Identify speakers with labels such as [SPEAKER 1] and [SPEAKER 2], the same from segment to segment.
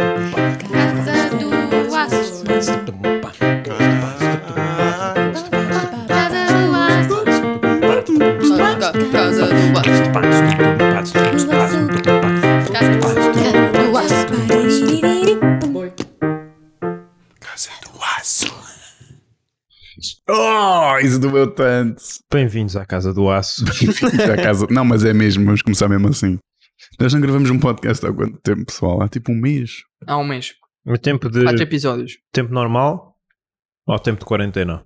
[SPEAKER 1] Casa do Astro. Casa do Astro.
[SPEAKER 2] Casa do Astro.
[SPEAKER 1] Casa do Astro.
[SPEAKER 3] Oh, isso doeu tanto.
[SPEAKER 4] Bem-vindos à Casa do Aço.
[SPEAKER 3] Por acaso- Não, mas é mesmo, vamos começar mesmo assim. Nós não gravamos um podcast há quanto tempo, pessoal? Há tipo um mês.
[SPEAKER 2] Há um mês.
[SPEAKER 4] No tempo de
[SPEAKER 2] Quatro episódios.
[SPEAKER 4] tempo normal ou tempo de quarentena?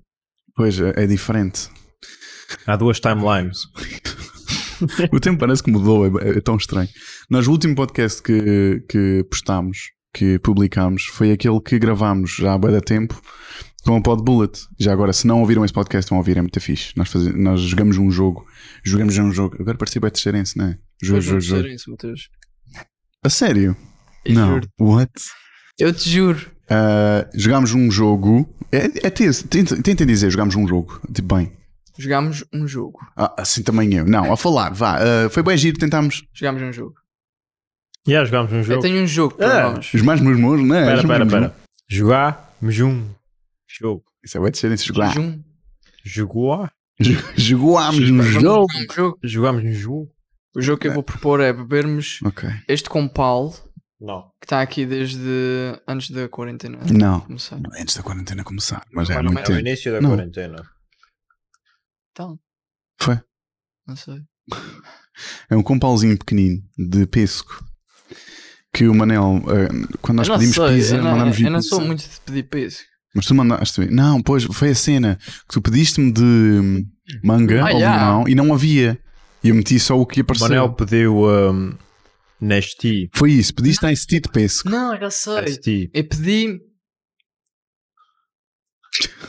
[SPEAKER 3] Pois é, é diferente.
[SPEAKER 4] Há duas timelines.
[SPEAKER 3] O tempo parece que mudou, é, é tão estranho. Nós, o último podcast que, que postámos, que publicámos, foi aquele que gravámos já há bué da tempo com a Pod Bullet. Já agora, se não ouviram esse podcast, vão ouvir, é muito fixe. Nós, faze- nós jogamos um jogo, jogamos um jogo. Agora parecia bem terceirense, não é? Jogo,
[SPEAKER 2] Pois
[SPEAKER 3] jogo, jogo.
[SPEAKER 2] não disseram isso, Mateus.
[SPEAKER 3] A sério?
[SPEAKER 2] Eu
[SPEAKER 3] não.
[SPEAKER 2] juro.
[SPEAKER 3] What?
[SPEAKER 2] Eu te juro.
[SPEAKER 3] Uh, jogámos um jogo. É, é tenso. Tentem tentem dizer, jogámos um jogo. Tipo, bem.
[SPEAKER 2] Jogámos um jogo.
[SPEAKER 3] Ah, assim também eu. Não, a falar, vá. Uh, foi bem giro, tentámos.
[SPEAKER 2] Jogámos um jogo.
[SPEAKER 4] Já jogámos um
[SPEAKER 2] Eu
[SPEAKER 4] jogo.
[SPEAKER 2] tenho um jogo para
[SPEAKER 4] Ah.
[SPEAKER 2] nós.
[SPEAKER 3] Os mais meus mãos, não é?
[SPEAKER 4] Espera,
[SPEAKER 3] Os
[SPEAKER 4] espera,
[SPEAKER 3] mais meus
[SPEAKER 4] espera. Jogámos um jogo.
[SPEAKER 3] Isso é o Ed Sheeran, se jogar.
[SPEAKER 2] Jum-
[SPEAKER 4] Jogou?
[SPEAKER 3] Jogámos um
[SPEAKER 2] vamos
[SPEAKER 3] jogo.
[SPEAKER 2] jogar um jogo.
[SPEAKER 4] Jogámos um jogo?
[SPEAKER 2] O jogo que eu vou propor é bebermos
[SPEAKER 3] Ok.
[SPEAKER 2] este compal
[SPEAKER 4] Não.
[SPEAKER 2] que está aqui desde antes da quarentena.
[SPEAKER 3] Não.
[SPEAKER 2] Começar.
[SPEAKER 3] não é Antes da quarentena começar, mas é há
[SPEAKER 2] Mas não
[SPEAKER 3] muito
[SPEAKER 2] é o
[SPEAKER 3] tempo.
[SPEAKER 4] início da
[SPEAKER 3] Não.
[SPEAKER 4] quarentena.
[SPEAKER 2] Então,
[SPEAKER 3] Foi.
[SPEAKER 2] não sei.
[SPEAKER 3] É um compauzinho pequenino de pesco que o Manel, uh, quando nós
[SPEAKER 2] eu não
[SPEAKER 3] pedimos
[SPEAKER 2] sei,
[SPEAKER 3] pizza,
[SPEAKER 2] eu não,
[SPEAKER 3] mandámos vir
[SPEAKER 2] Eu não
[SPEAKER 3] pizza.
[SPEAKER 2] sou muito de pedir peso.
[SPEAKER 3] Mas tu mandaste. Não, pois foi a cena que tu pediste-me de hum, manga
[SPEAKER 2] Ah,
[SPEAKER 3] ou
[SPEAKER 2] já.
[SPEAKER 3] limão e não havia. E eu meti só o que
[SPEAKER 4] O
[SPEAKER 3] apareceu.
[SPEAKER 4] Manel pediu um, Nesti.
[SPEAKER 3] Foi isso, pediste ice tea de pesco.
[SPEAKER 2] Não, já sei.
[SPEAKER 4] Nesti.
[SPEAKER 2] Eu pedi.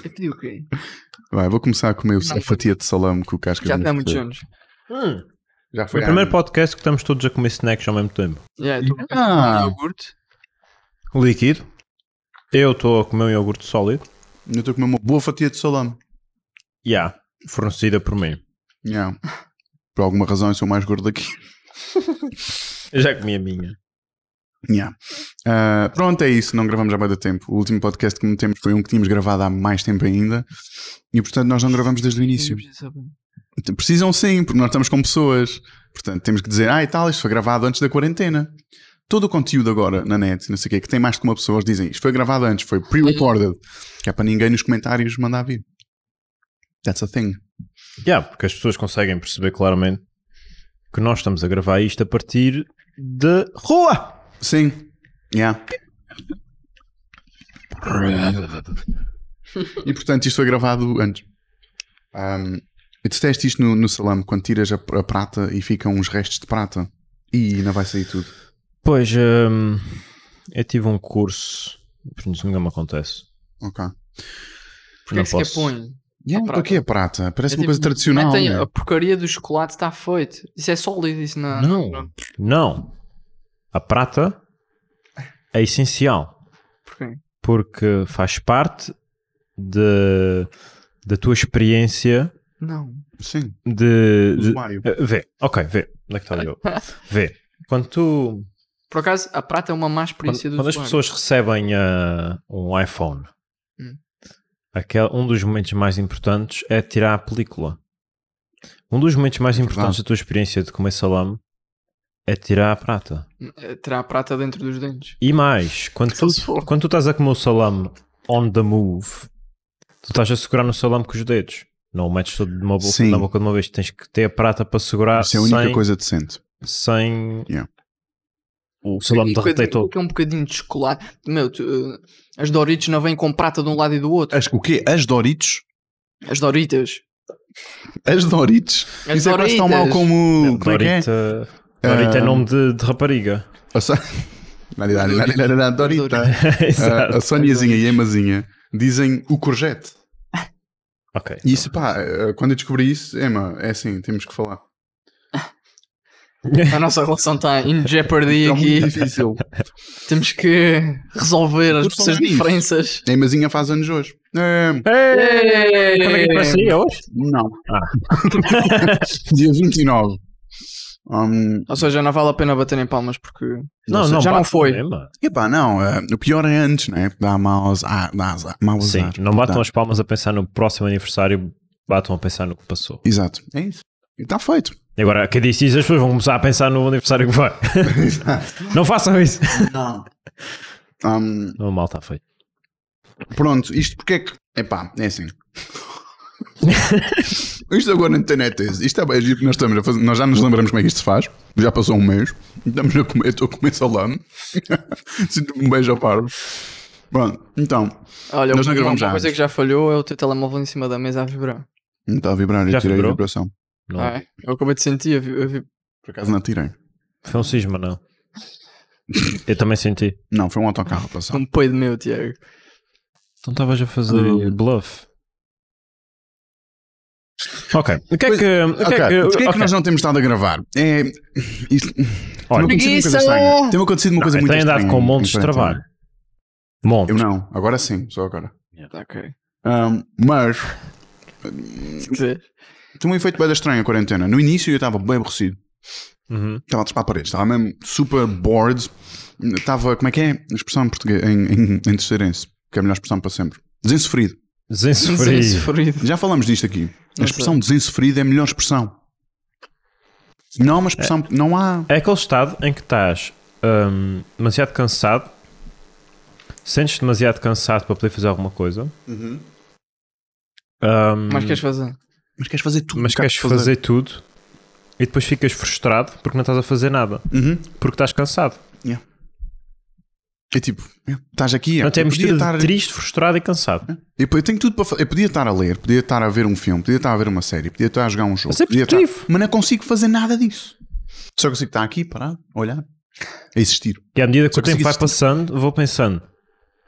[SPEAKER 2] Eu pedi o quê?
[SPEAKER 3] Vai, vou começar a comer
[SPEAKER 2] Não,
[SPEAKER 3] a fatia de Ah, salame que o casca
[SPEAKER 2] Já
[SPEAKER 3] me
[SPEAKER 2] tem há muitos
[SPEAKER 3] ofereceu.
[SPEAKER 2] anos.
[SPEAKER 4] Hum.
[SPEAKER 3] Já
[SPEAKER 4] Foi o
[SPEAKER 3] há
[SPEAKER 4] primeiro
[SPEAKER 3] anos.
[SPEAKER 4] podcast que estamos todos a comer snacks ao mesmo tempo.
[SPEAKER 2] Yeah, eu tô a comer
[SPEAKER 3] Ah,
[SPEAKER 2] iogurte.
[SPEAKER 4] Líquido. Eu estou a comer um iogurte sólido.
[SPEAKER 3] eu estou a comer uma boa fatia de salame.
[SPEAKER 4] Já. Fornecida por mim.
[SPEAKER 3] Yeah. Por alguma razão eu sou mais gordo aqui.
[SPEAKER 4] Eu já comi a minha.
[SPEAKER 3] Yeah. Ah, pronto, é isso. Não gravamos há muito tempo. O último podcast que temos foi um que tínhamos gravado há mais tempo ainda. E portanto nós não gravamos desde o início.
[SPEAKER 2] Não precisa saber.
[SPEAKER 3] Precisam sim, porque nós estamos com pessoas. Portanto, temos que dizer, ah, e tal, isto foi gravado antes da quarentena. Todo o conteúdo agora na net, não sei o quê, que tem mais de uma pessoa, eles dizem, isto foi gravado antes, foi pre-recorded. Que é para ninguém nos comentários mandar vir. That's a thing.
[SPEAKER 4] Yeah, porque as pessoas conseguem perceber claramente que nós estamos a gravar isto a partir de rua.
[SPEAKER 3] Sim. Yeah. e portanto, isto foi gravado antes. Ahm, eu deteste isto no, no salame, quando tiras a, a prata e ficam uns restos de prata. E não vai sair tudo.
[SPEAKER 4] Pois, hum, eu tive um curso, por isso nunca me acontece.
[SPEAKER 3] Ok.
[SPEAKER 2] Porquê é que se quer
[SPEAKER 4] posso.
[SPEAKER 2] põe?
[SPEAKER 3] Yeah,
[SPEAKER 2] A É tipo,
[SPEAKER 3] para quê é um a prata? Parece É uma coisa tradicional.
[SPEAKER 2] Metem
[SPEAKER 3] né?
[SPEAKER 2] a porcaria do chocolate está feito. Isso é sólido, isso não.
[SPEAKER 4] Não, não. A prata é essencial
[SPEAKER 2] Porquê?
[SPEAKER 4] porque faz parte de, da tua experiência
[SPEAKER 2] Não.
[SPEAKER 3] Sim,
[SPEAKER 4] de. de
[SPEAKER 3] usuário.
[SPEAKER 4] Eh, vê, ok, vê. Onde é que está o Diogo? Vê. Quando tu
[SPEAKER 2] Por acaso, a prata é uma má
[SPEAKER 4] quando,
[SPEAKER 2] experiência do
[SPEAKER 4] quando as
[SPEAKER 2] usuário.
[SPEAKER 4] pessoas recebem ah, um iPhone,
[SPEAKER 2] Hum.
[SPEAKER 4] aquele, um dos momentos mais importantes é tirar a película. Um dos momentos
[SPEAKER 3] É
[SPEAKER 4] mais importantes da tua experiência de comer salame é tirar a prata.
[SPEAKER 2] Eh, Terá a prata dentro dos dentes.
[SPEAKER 4] E mais, quando tu,
[SPEAKER 2] Se for.
[SPEAKER 4] quando tu estás a comer o salame on the move, tu estás a segurar no salame com os dedos. Não o metes todo de uma boca,
[SPEAKER 3] Sim.
[SPEAKER 4] na boca de uma vez. Tens que ter a prata para segurar
[SPEAKER 3] Isso é a única
[SPEAKER 4] sem,
[SPEAKER 3] coisa decente.
[SPEAKER 4] sem
[SPEAKER 3] Yeah.
[SPEAKER 4] o salame
[SPEAKER 2] E coisa-
[SPEAKER 4] derreter todo.
[SPEAKER 2] que é um bocadinho de chocolate. Meu, tu, eh, as Doritos não vêm com prata de um lado e do outro.
[SPEAKER 3] As, o quê? As Doritos?
[SPEAKER 2] As Doritas.
[SPEAKER 3] As Doritos?
[SPEAKER 2] As
[SPEAKER 3] Isso é quase tão
[SPEAKER 2] Doritas.
[SPEAKER 3] mal como. Como é que é?
[SPEAKER 4] Dorita, Dorita é
[SPEAKER 3] Ah.
[SPEAKER 4] nome de, de rapariga.
[SPEAKER 3] A Só- Na realidade, na realidade, Dorita. Ah,
[SPEAKER 4] Exato.
[SPEAKER 3] A, a Soniazinha e a Emazinha dizem o corjete.
[SPEAKER 4] Ok.
[SPEAKER 3] E isso, pá, eh, quando eu descobri isso, Emma, é assim, temos que falar.
[SPEAKER 2] A nossa relação está em jeopardy
[SPEAKER 3] É
[SPEAKER 2] aqui.
[SPEAKER 3] muito difícil.
[SPEAKER 2] Temos que resolver as
[SPEAKER 3] Por falar
[SPEAKER 2] nossas
[SPEAKER 3] nisso.
[SPEAKER 2] diferenças.
[SPEAKER 3] A Emazinha faz anos hoje. É,
[SPEAKER 4] Quando é que vai sair? É hoje?
[SPEAKER 3] não.
[SPEAKER 4] Ah.
[SPEAKER 3] Dia 29. Um,
[SPEAKER 2] Ou seja, não vale a pena bater em palmas porque.
[SPEAKER 4] Não, não,
[SPEAKER 2] já
[SPEAKER 4] bate
[SPEAKER 2] não foi.
[SPEAKER 4] mesmo.
[SPEAKER 3] epá, não. eh, o pior é antes, né? Dá mau azar. Dá azar, mau
[SPEAKER 4] Sim,
[SPEAKER 3] azar.
[SPEAKER 4] não batam
[SPEAKER 3] Dá.
[SPEAKER 4] as palmas a pensar no próximo aniversário, batam a pensar no que passou.
[SPEAKER 3] Exato. É isso. E Está feito.
[SPEAKER 4] E agora, cada dia as pessoas vão começar a pensar no aniversário que vai. não façam isso.
[SPEAKER 3] Não. Um,
[SPEAKER 4] Não, mal está feito.
[SPEAKER 3] Pronto, isto porque é que. Epá, é assim. isto agora na internet é Isto é bem giro que nós estamos a fazer. Nós já nos lembramos como é que isto se faz. Já passou um mês. Estamos a comer, estou a comer salame. Sinto-me um beijo ao parvo. Pronto, então.
[SPEAKER 2] Olha,
[SPEAKER 3] Nós não
[SPEAKER 2] uma
[SPEAKER 3] gravamos já
[SPEAKER 2] coisa
[SPEAKER 3] antes.
[SPEAKER 2] que já falhou é o teu telemóvel em cima da mesa a vibrar.
[SPEAKER 3] Não está a vibrar,
[SPEAKER 4] Já
[SPEAKER 3] eu tirei
[SPEAKER 4] vibrou?
[SPEAKER 3] a vibração.
[SPEAKER 4] Não.
[SPEAKER 2] Ah, é? Eu acabei de sentir a, vi- a vi-
[SPEAKER 3] Por acaso não tirei.
[SPEAKER 4] Foi um cisma, não. Eu também senti.
[SPEAKER 3] Não, foi um autocarro passado.
[SPEAKER 2] um peido meu, Tiago.
[SPEAKER 4] Então estavas a fazer
[SPEAKER 3] Ah.
[SPEAKER 4] Hum. bluff. Ok. O que é
[SPEAKER 3] Pois-
[SPEAKER 4] que. O que
[SPEAKER 3] Ok,
[SPEAKER 4] é que,
[SPEAKER 3] o que é que
[SPEAKER 4] ok.
[SPEAKER 3] nós não temos estado a gravar? É. Isto... Tem-me acontecido uma coisa
[SPEAKER 4] Olha.
[SPEAKER 2] Preguiça!
[SPEAKER 3] estranha. Tem-me acontecido uma
[SPEAKER 4] Não,
[SPEAKER 3] coisa
[SPEAKER 4] eu
[SPEAKER 3] muito
[SPEAKER 4] tenho
[SPEAKER 3] estranha. Então,
[SPEAKER 4] andado com montes de trabalho. Montes.
[SPEAKER 3] Eu não, agora sim, só agora.
[SPEAKER 2] Ok.
[SPEAKER 3] Um, mas
[SPEAKER 2] Se quiser.
[SPEAKER 3] Tem um efeito bem estranho a quarentena. No início eu estava bem aborrecido.
[SPEAKER 4] Uhum.
[SPEAKER 3] Estava a trepar paredes. Estava mesmo super bored. Estava, como é que é? A expressão em português, em, em, em terceirense, que é a melhor expressão para sempre. Desensofrido.
[SPEAKER 4] Desinsufrido.
[SPEAKER 2] é Sofrido.
[SPEAKER 3] Já falamos disto aqui. A
[SPEAKER 2] Não
[SPEAKER 3] expressão desensofrido é a melhor expressão. Não há uma expressão, não há.
[SPEAKER 4] É aquele estado em que estás hum, demasiado cansado, sentes-te demasiado cansado para poder fazer alguma coisa,
[SPEAKER 3] Um
[SPEAKER 4] hum,
[SPEAKER 2] Mas queres fazer?
[SPEAKER 3] Mas queres fazer tudo.
[SPEAKER 4] mas queres fazer. tudo e depois ficas frustrado porque não estás a fazer nada,
[SPEAKER 3] Uhum.
[SPEAKER 4] porque estás cansado.
[SPEAKER 3] É tipo, estás aqui.
[SPEAKER 4] Portanto, é
[SPEAKER 3] eu, podia
[SPEAKER 4] mistura
[SPEAKER 3] estar,
[SPEAKER 4] de triste, frustrado e cansado.
[SPEAKER 3] eu, eu tenho tudo para fa- Eu podia estar a ler, podia estar a ver um filme, podia estar a ver uma série, podia estar a jogar um jogo.
[SPEAKER 4] Mas é
[SPEAKER 3] podia estar-
[SPEAKER 4] produtivo.
[SPEAKER 3] mas não consigo fazer nada disso. Só consigo estar aqui, parado, a olhar, a existir.
[SPEAKER 4] E à medida que
[SPEAKER 3] Só
[SPEAKER 4] o tempo vai
[SPEAKER 3] conseguiste-
[SPEAKER 4] passando, vou pensando: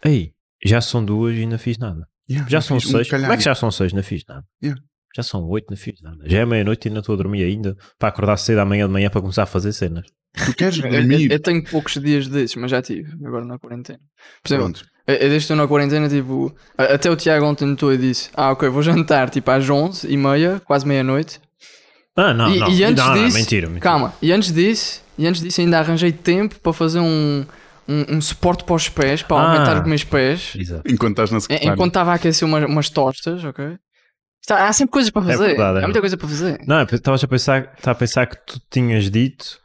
[SPEAKER 4] ei, já são duas e não fiz nada.
[SPEAKER 3] Yeah,
[SPEAKER 4] Já
[SPEAKER 3] não
[SPEAKER 4] são
[SPEAKER 3] fiz um
[SPEAKER 4] seis.
[SPEAKER 3] calhar.
[SPEAKER 4] Como é que já são seis? Não fiz nada.
[SPEAKER 3] Yeah.
[SPEAKER 4] Já são oito, não fiz nada. Já é meia-noite e ainda estou a dormir ainda para acordar cedo amanhã de manhã para começar a fazer cenas.
[SPEAKER 3] Tu queres
[SPEAKER 4] É,
[SPEAKER 2] Eu, eu-
[SPEAKER 3] Tipo dormir?
[SPEAKER 2] eu tenho poucos dias desses, mas já tive, agora na quarentena. Por exemplo,
[SPEAKER 3] Pronto.
[SPEAKER 2] eu, eu desde que estou na quarentena, tipo, a- até o Tiago ontem notou e disse: Ah, ok, vou jantar tipo às 11 e meia, quase meia-noite.
[SPEAKER 4] Ah, não,
[SPEAKER 2] E,
[SPEAKER 4] não.
[SPEAKER 2] e antes
[SPEAKER 4] não, não,
[SPEAKER 2] disso,
[SPEAKER 4] mentira, mentira.
[SPEAKER 2] calma, e antes disso, e antes disso ainda arranjei tempo para fazer um, um, um suporte para os pés, para
[SPEAKER 4] Ah.
[SPEAKER 2] aumentar os meus pés,
[SPEAKER 4] Exato.
[SPEAKER 3] Enquanto estás na
[SPEAKER 2] en-
[SPEAKER 3] secretária.
[SPEAKER 2] É, enquanto estava a aquecer umas, umas tostas, ok? Está- há sempre coisas para fazer,
[SPEAKER 4] verdade, é
[SPEAKER 2] há muita
[SPEAKER 4] verdade.
[SPEAKER 2] coisa para fazer.
[SPEAKER 4] Não, eu estava a pensar, estava a pensar que tu tinhas dito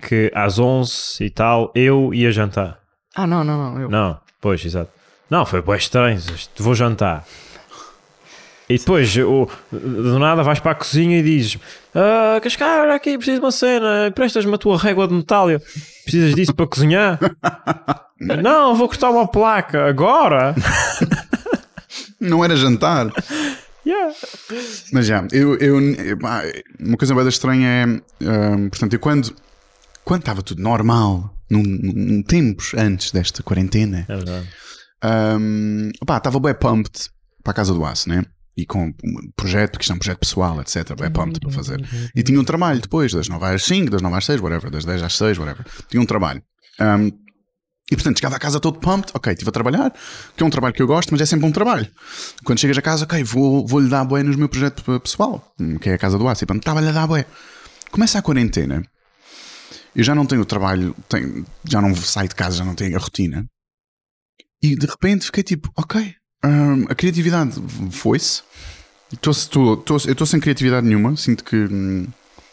[SPEAKER 4] que às 11 e tal eu ia jantar.
[SPEAKER 2] Ah, não, não, não, eu.
[SPEAKER 4] Não, pois, exato. Não, foi bem estranho. isto, Vou jantar. E depois, o, do nada, vais para a cozinha e dizes: ah, Cascar, olha aqui, preciso de uma cena. Prestas-me a tua régua de metal. Eu, Precisas disso para cozinhar? Não, vou cortar uma placa agora.
[SPEAKER 3] Não era jantar.
[SPEAKER 4] Yeah.
[SPEAKER 3] Mas já, eu, eu, eu- pá, uma coisa bem estranha é, hum, portanto, eu quando quando estava tudo normal, num, num- tempos antes desta quarentena,
[SPEAKER 4] É verdade.
[SPEAKER 2] Então,
[SPEAKER 3] hum, pá, estava bem pumped para a casa do aço, né? E com um projeto, porque isto é um projeto pessoal, etc. Bem pumped para fazer. E tinha um trabalho depois, das 9 às 5, das 9 às 6, whatever, das 10 às 6, whatever. Tinha um trabalho. Hum, e portanto, chegava a casa todo pumped, ok, estive a trabalhar, que é um trabalho que eu gosto, mas é sempre um trabalho. Quando chegas a casa, ok, vou- vou-lhe dar boé no meu projeto p- pessoal, hum, que é a casa do Aço, e pronto, estava-lhe a dar boé. Começa a quarentena, eu já não tenho o trabalho, tenho- já não saio de casa, já não tenho a rotina. E de repente fiquei tipo, ok, hum, a criatividade foi-se. Tô- tô- tô- Eu estou sem criatividade nenhuma, sinto que hum,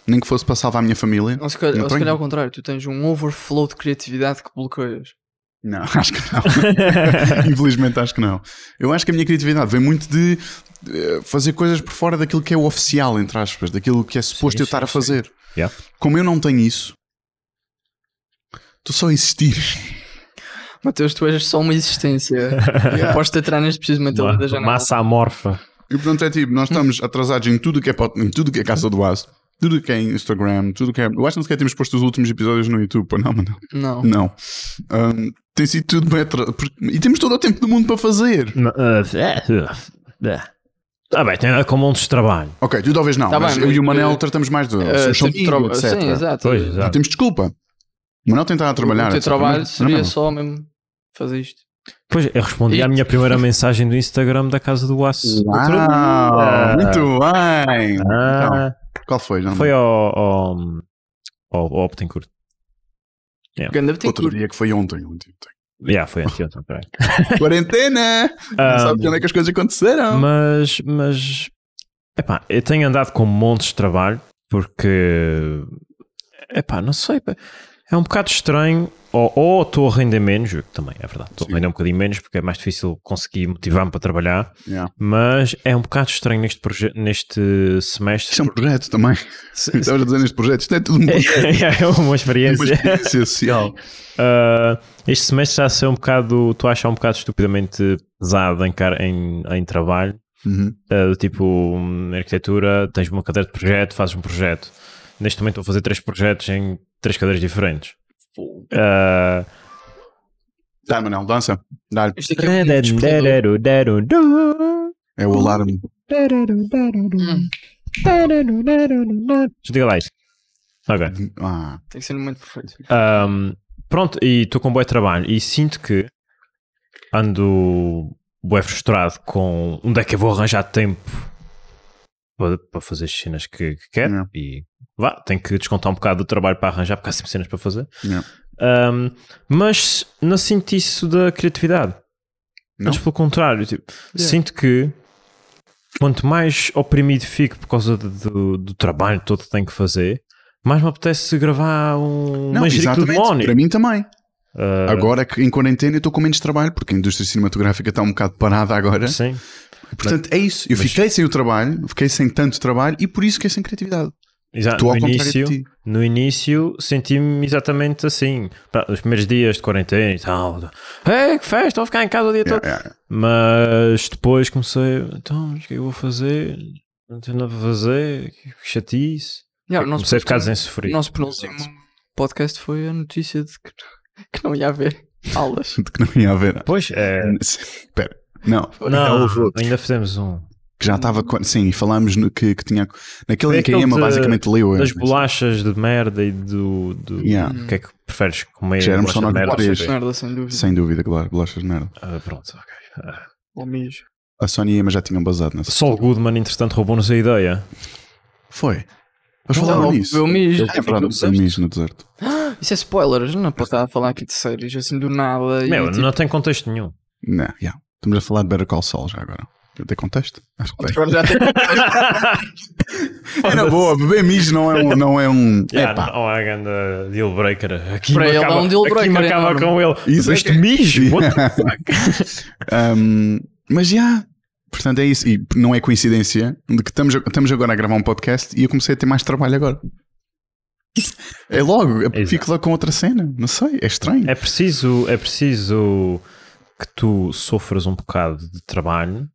[SPEAKER 3] nem que fosse para salvar a minha família.
[SPEAKER 2] Ou se calhar,
[SPEAKER 3] Não
[SPEAKER 2] ou se
[SPEAKER 3] tenho.
[SPEAKER 2] calhar ao contrário, tu tens um overflow de criatividade que bloqueias.
[SPEAKER 3] Não, acho que não. Infelizmente acho que não. Eu acho que a minha criatividade vem muito de eh, fazer coisas por fora daquilo que é o oficial, entre aspas, daquilo que é suposto
[SPEAKER 4] Sim,
[SPEAKER 3] eu estar
[SPEAKER 4] sim,
[SPEAKER 3] a fazer.
[SPEAKER 4] Yeah.
[SPEAKER 3] Como eu não tenho isso, estou só a existir.
[SPEAKER 2] Mateus, tu és só uma existência. Eu Posso te entrar neste preciso momento ali da
[SPEAKER 4] Uma,
[SPEAKER 2] janela.
[SPEAKER 4] massa amorfa.
[SPEAKER 3] E portanto é tipo, nós estamos atrasados em tudo que é, pod- em tudo que é Casa do Aço, tudo que é Instagram, tudo que é. Eu acho que não sequer temos posto os últimos episódios no YouTube, pô, não, mano.
[SPEAKER 2] Não.
[SPEAKER 3] Não. Ahm, tem sido tudo bem atrasado. E temos todo o tempo do mundo para fazer.
[SPEAKER 4] eh, é, Está eh, Tá bem, tem a ver com montes de trabalho.
[SPEAKER 3] Ok, tu talvez não,
[SPEAKER 2] Tá
[SPEAKER 3] mas
[SPEAKER 2] bem,
[SPEAKER 3] eu
[SPEAKER 2] mas,
[SPEAKER 3] e o Manel
[SPEAKER 2] eh,
[SPEAKER 3] tratamos mais de.
[SPEAKER 2] Eh,
[SPEAKER 3] somos
[SPEAKER 2] tipo,
[SPEAKER 3] amigos,
[SPEAKER 2] traba-
[SPEAKER 3] etc.
[SPEAKER 2] Sim, exato.
[SPEAKER 4] Pois,
[SPEAKER 3] Não
[SPEAKER 4] exato.
[SPEAKER 3] temos desculpa. O Manuel tem estado a trabalhar.
[SPEAKER 2] o teu
[SPEAKER 3] etc.
[SPEAKER 2] trabalho
[SPEAKER 3] Não,
[SPEAKER 2] seria
[SPEAKER 3] não.
[SPEAKER 2] só mesmo fazer isto.
[SPEAKER 4] Pois, eu respondi à minha primeira mensagem do Instagram da Casa do Aço. Outro dia.
[SPEAKER 3] Uau, muito bem! Ah, Então,
[SPEAKER 4] Ah,
[SPEAKER 3] qual foi, João?
[SPEAKER 4] foi ao, ao, ao, ao Optencourt.
[SPEAKER 2] Ganda
[SPEAKER 3] Outro
[SPEAKER 2] Betancourt.
[SPEAKER 3] dia que foi ontem. ontem, ontem.
[SPEAKER 4] Yeah, foi anteontem, peraí. Um,
[SPEAKER 3] Quarentena!
[SPEAKER 4] Ah,
[SPEAKER 3] Não sabe quando é que as coisas aconteceram.
[SPEAKER 4] Mas, mas epá, eu tenho andado com montes de trabalho porque epá, não sei, pá, é um bocado estranho. Ou, ou estou a render menos, eu também é verdade, estou
[SPEAKER 3] Sim.
[SPEAKER 4] a render um bocadinho menos porque é mais difícil conseguir motivar-me para trabalhar,
[SPEAKER 3] Yeah.
[SPEAKER 4] mas é um bocado estranho neste, proje- neste semestre.
[SPEAKER 3] Isto é um projeto também.
[SPEAKER 4] Se- se-
[SPEAKER 3] Estavas a dizer neste projeto. Isto é tudo um projeto,
[SPEAKER 4] é uma
[SPEAKER 3] uma
[SPEAKER 4] experiência.
[SPEAKER 3] experiência social.
[SPEAKER 4] Uh, este semestre está a ser um bocado, tu achas um bocado estupidamente pesado em, car- em, em trabalho.
[SPEAKER 3] Uhum.
[SPEAKER 4] Uh, do tipo hum, arquitetura, tens uma cadeira de projeto, fazes um projeto. Neste momento vou fazer três projetos em três cadeiras diferentes. Uh,
[SPEAKER 3] Dá, Manel, dança. Dá.
[SPEAKER 2] Isto aqui é um despertador.
[SPEAKER 3] É o alarme.
[SPEAKER 2] Hum,
[SPEAKER 4] Desliga lá isso. Ok.
[SPEAKER 3] Ah,
[SPEAKER 2] Tem que ser no momento perfeito.
[SPEAKER 4] Um, pronto, e estou com bué trabalho e sinto que ando bué frustrado com onde é que eu vou arranjar tempo para, para fazer as cenas que, que quero
[SPEAKER 3] Yeah.
[SPEAKER 4] e vá, tenho que descontar um bocado do trabalho para arranjar porque há sempre cenas para fazer.
[SPEAKER 3] Yeah.
[SPEAKER 4] Um, mas não sinto isso da criatividade.
[SPEAKER 3] Não?
[SPEAKER 4] Mas pelo contrário, tipo,
[SPEAKER 2] Yeah.
[SPEAKER 4] sinto que quanto mais oprimido fico por causa do, do- do trabalho todo que tenho que fazer, mais me apetece gravar um
[SPEAKER 3] não,
[SPEAKER 4] Manjerico do
[SPEAKER 3] exatamente.
[SPEAKER 4] Demónio.
[SPEAKER 3] Para mim também.
[SPEAKER 4] Ah,
[SPEAKER 3] Agora que em quarentena eu estou com menos trabalho, porque a indústria cinematográfica está um bocado parada agora.
[SPEAKER 4] Sim.
[SPEAKER 3] Portanto, é isso. Eu
[SPEAKER 4] Mas-
[SPEAKER 3] fiquei sem o trabalho, fiquei sem tanto trabalho e por isso fiquei sem criatividade.
[SPEAKER 4] Exato.
[SPEAKER 3] Estou
[SPEAKER 4] Ah, No
[SPEAKER 3] ao contrário de
[SPEAKER 4] início,
[SPEAKER 3] ti.
[SPEAKER 4] no início senti-me exatamente assim. Pá, Os primeiros dias de quarentena e tal. Ei, que festa, vou ficar em casa o dia todo.
[SPEAKER 3] Yeah, yeah.
[SPEAKER 4] Mas depois comecei, então, o que é que eu vou fazer? Não tenho nada para fazer, que chatice.
[SPEAKER 2] Yeah, o nosso
[SPEAKER 4] comecei a ficar
[SPEAKER 2] penúltimo-
[SPEAKER 4] desensofrido.
[SPEAKER 2] O nosso penúltimo podcast foi a notícia de que, que não ia haver aulas.
[SPEAKER 3] De que não ia haver.
[SPEAKER 4] Pois, é.
[SPEAKER 3] Espera. Não, é
[SPEAKER 4] Não,
[SPEAKER 3] houve outro.
[SPEAKER 4] ainda fizemos um.
[SPEAKER 3] que já estava. com- Sim, e falámos no, que, que tinha. Naquele
[SPEAKER 4] Foi
[SPEAKER 3] em que a
[SPEAKER 4] aquele
[SPEAKER 3] Emma
[SPEAKER 4] de-
[SPEAKER 3] basicamente leu.
[SPEAKER 4] Das
[SPEAKER 3] eu-
[SPEAKER 4] bolachas de merda e do. do
[SPEAKER 3] Yeah.
[SPEAKER 4] O que é que preferes comer?
[SPEAKER 3] Já éramos só
[SPEAKER 4] Bolacha de
[SPEAKER 3] nós
[SPEAKER 4] merda,
[SPEAKER 3] três.
[SPEAKER 4] não sei o quê.
[SPEAKER 2] Merda, sem dúvida.
[SPEAKER 3] Sem dúvida, claro, bolachas de merda.
[SPEAKER 4] Ah, pronto, ok. Ah,
[SPEAKER 2] Ou mijo.
[SPEAKER 3] A Sony e a Emma já tinham basado nessa.
[SPEAKER 4] Saul Goodman, entretanto, roubou-nos a ideia.
[SPEAKER 3] Foi. Eles
[SPEAKER 2] Não,
[SPEAKER 3] falaram
[SPEAKER 2] não,
[SPEAKER 3] nisso.
[SPEAKER 2] eu mijo.
[SPEAKER 3] É verdade, eu mijo no deserto.
[SPEAKER 2] Isso é spoilers, não pode estar a falar aqui de séries assim do nada. e
[SPEAKER 4] Meu,
[SPEAKER 2] tipo,
[SPEAKER 4] não tem contexto nenhum.
[SPEAKER 3] Não, yeah. Né, Estamos a falar de Better Call Saul já agora. Eu dei contexto? Acho que dei.
[SPEAKER 2] Agora já tem-
[SPEAKER 3] Era boa, beber mijo não é um. Não é um
[SPEAKER 4] Yeah,
[SPEAKER 3] Epá.
[SPEAKER 4] não há grande deal breaker. Aqui
[SPEAKER 2] Para ele
[SPEAKER 4] marcava,
[SPEAKER 2] é um deal
[SPEAKER 4] aqui
[SPEAKER 2] breaker
[SPEAKER 4] marcava
[SPEAKER 2] enorme.
[SPEAKER 4] com ele.
[SPEAKER 3] Isso é
[SPEAKER 4] este
[SPEAKER 3] que-
[SPEAKER 4] mijo? what the fuck?
[SPEAKER 3] Um, mas já. Portanto, é isso. E não é coincidência de que estamos, estamos agora a gravar um podcast e eu comecei a ter mais trabalho agora. É logo, eu
[SPEAKER 4] Exato.
[SPEAKER 3] fico logo com outra cena. Não sei, é estranho.
[SPEAKER 4] É preciso, é preciso que tu sofras um bocado de trabalho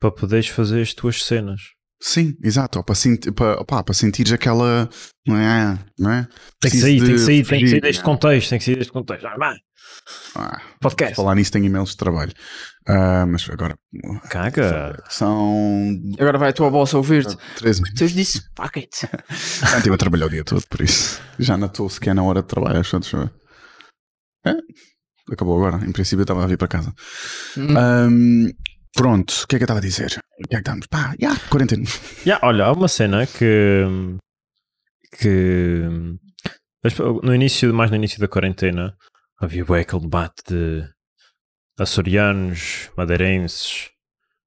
[SPEAKER 4] para poderes fazer as tuas cenas.
[SPEAKER 3] Sim, exato. Ou para, senti para, opá, para sentires aquela. Não é? Não é?
[SPEAKER 4] Tem que
[SPEAKER 3] Preciso
[SPEAKER 4] sair,
[SPEAKER 3] de
[SPEAKER 4] tem que sair, tem que sair
[SPEAKER 3] fugir. é?
[SPEAKER 4] deste contexto, tem que sair deste contexto. Ah, vai,
[SPEAKER 3] Ah,
[SPEAKER 4] podcast.
[SPEAKER 3] falar nisso tem e-mails de trabalho. Ah, mas agora.
[SPEAKER 4] Caga.
[SPEAKER 3] São
[SPEAKER 2] Agora vai a tua bolsa ouvir-te.
[SPEAKER 3] 13
[SPEAKER 2] Tu disse, fuck it.
[SPEAKER 3] Portanto, eu trabalhei o dia todo, por isso. Já não estou sequer na hora de trabalhar, acho deixa eu ver. É, acabou agora. Em princípio, eu estava a vir para casa.
[SPEAKER 2] Hum.
[SPEAKER 3] Ahm, pronto, o que é que eu estava a dizer? O que é que estamos? Pá, já, quarentena.
[SPEAKER 4] Ya, olha, há uma cena que. que. mas No início, mais no início da quarentena, havia bué aquele debate de açorianos, madeirenses,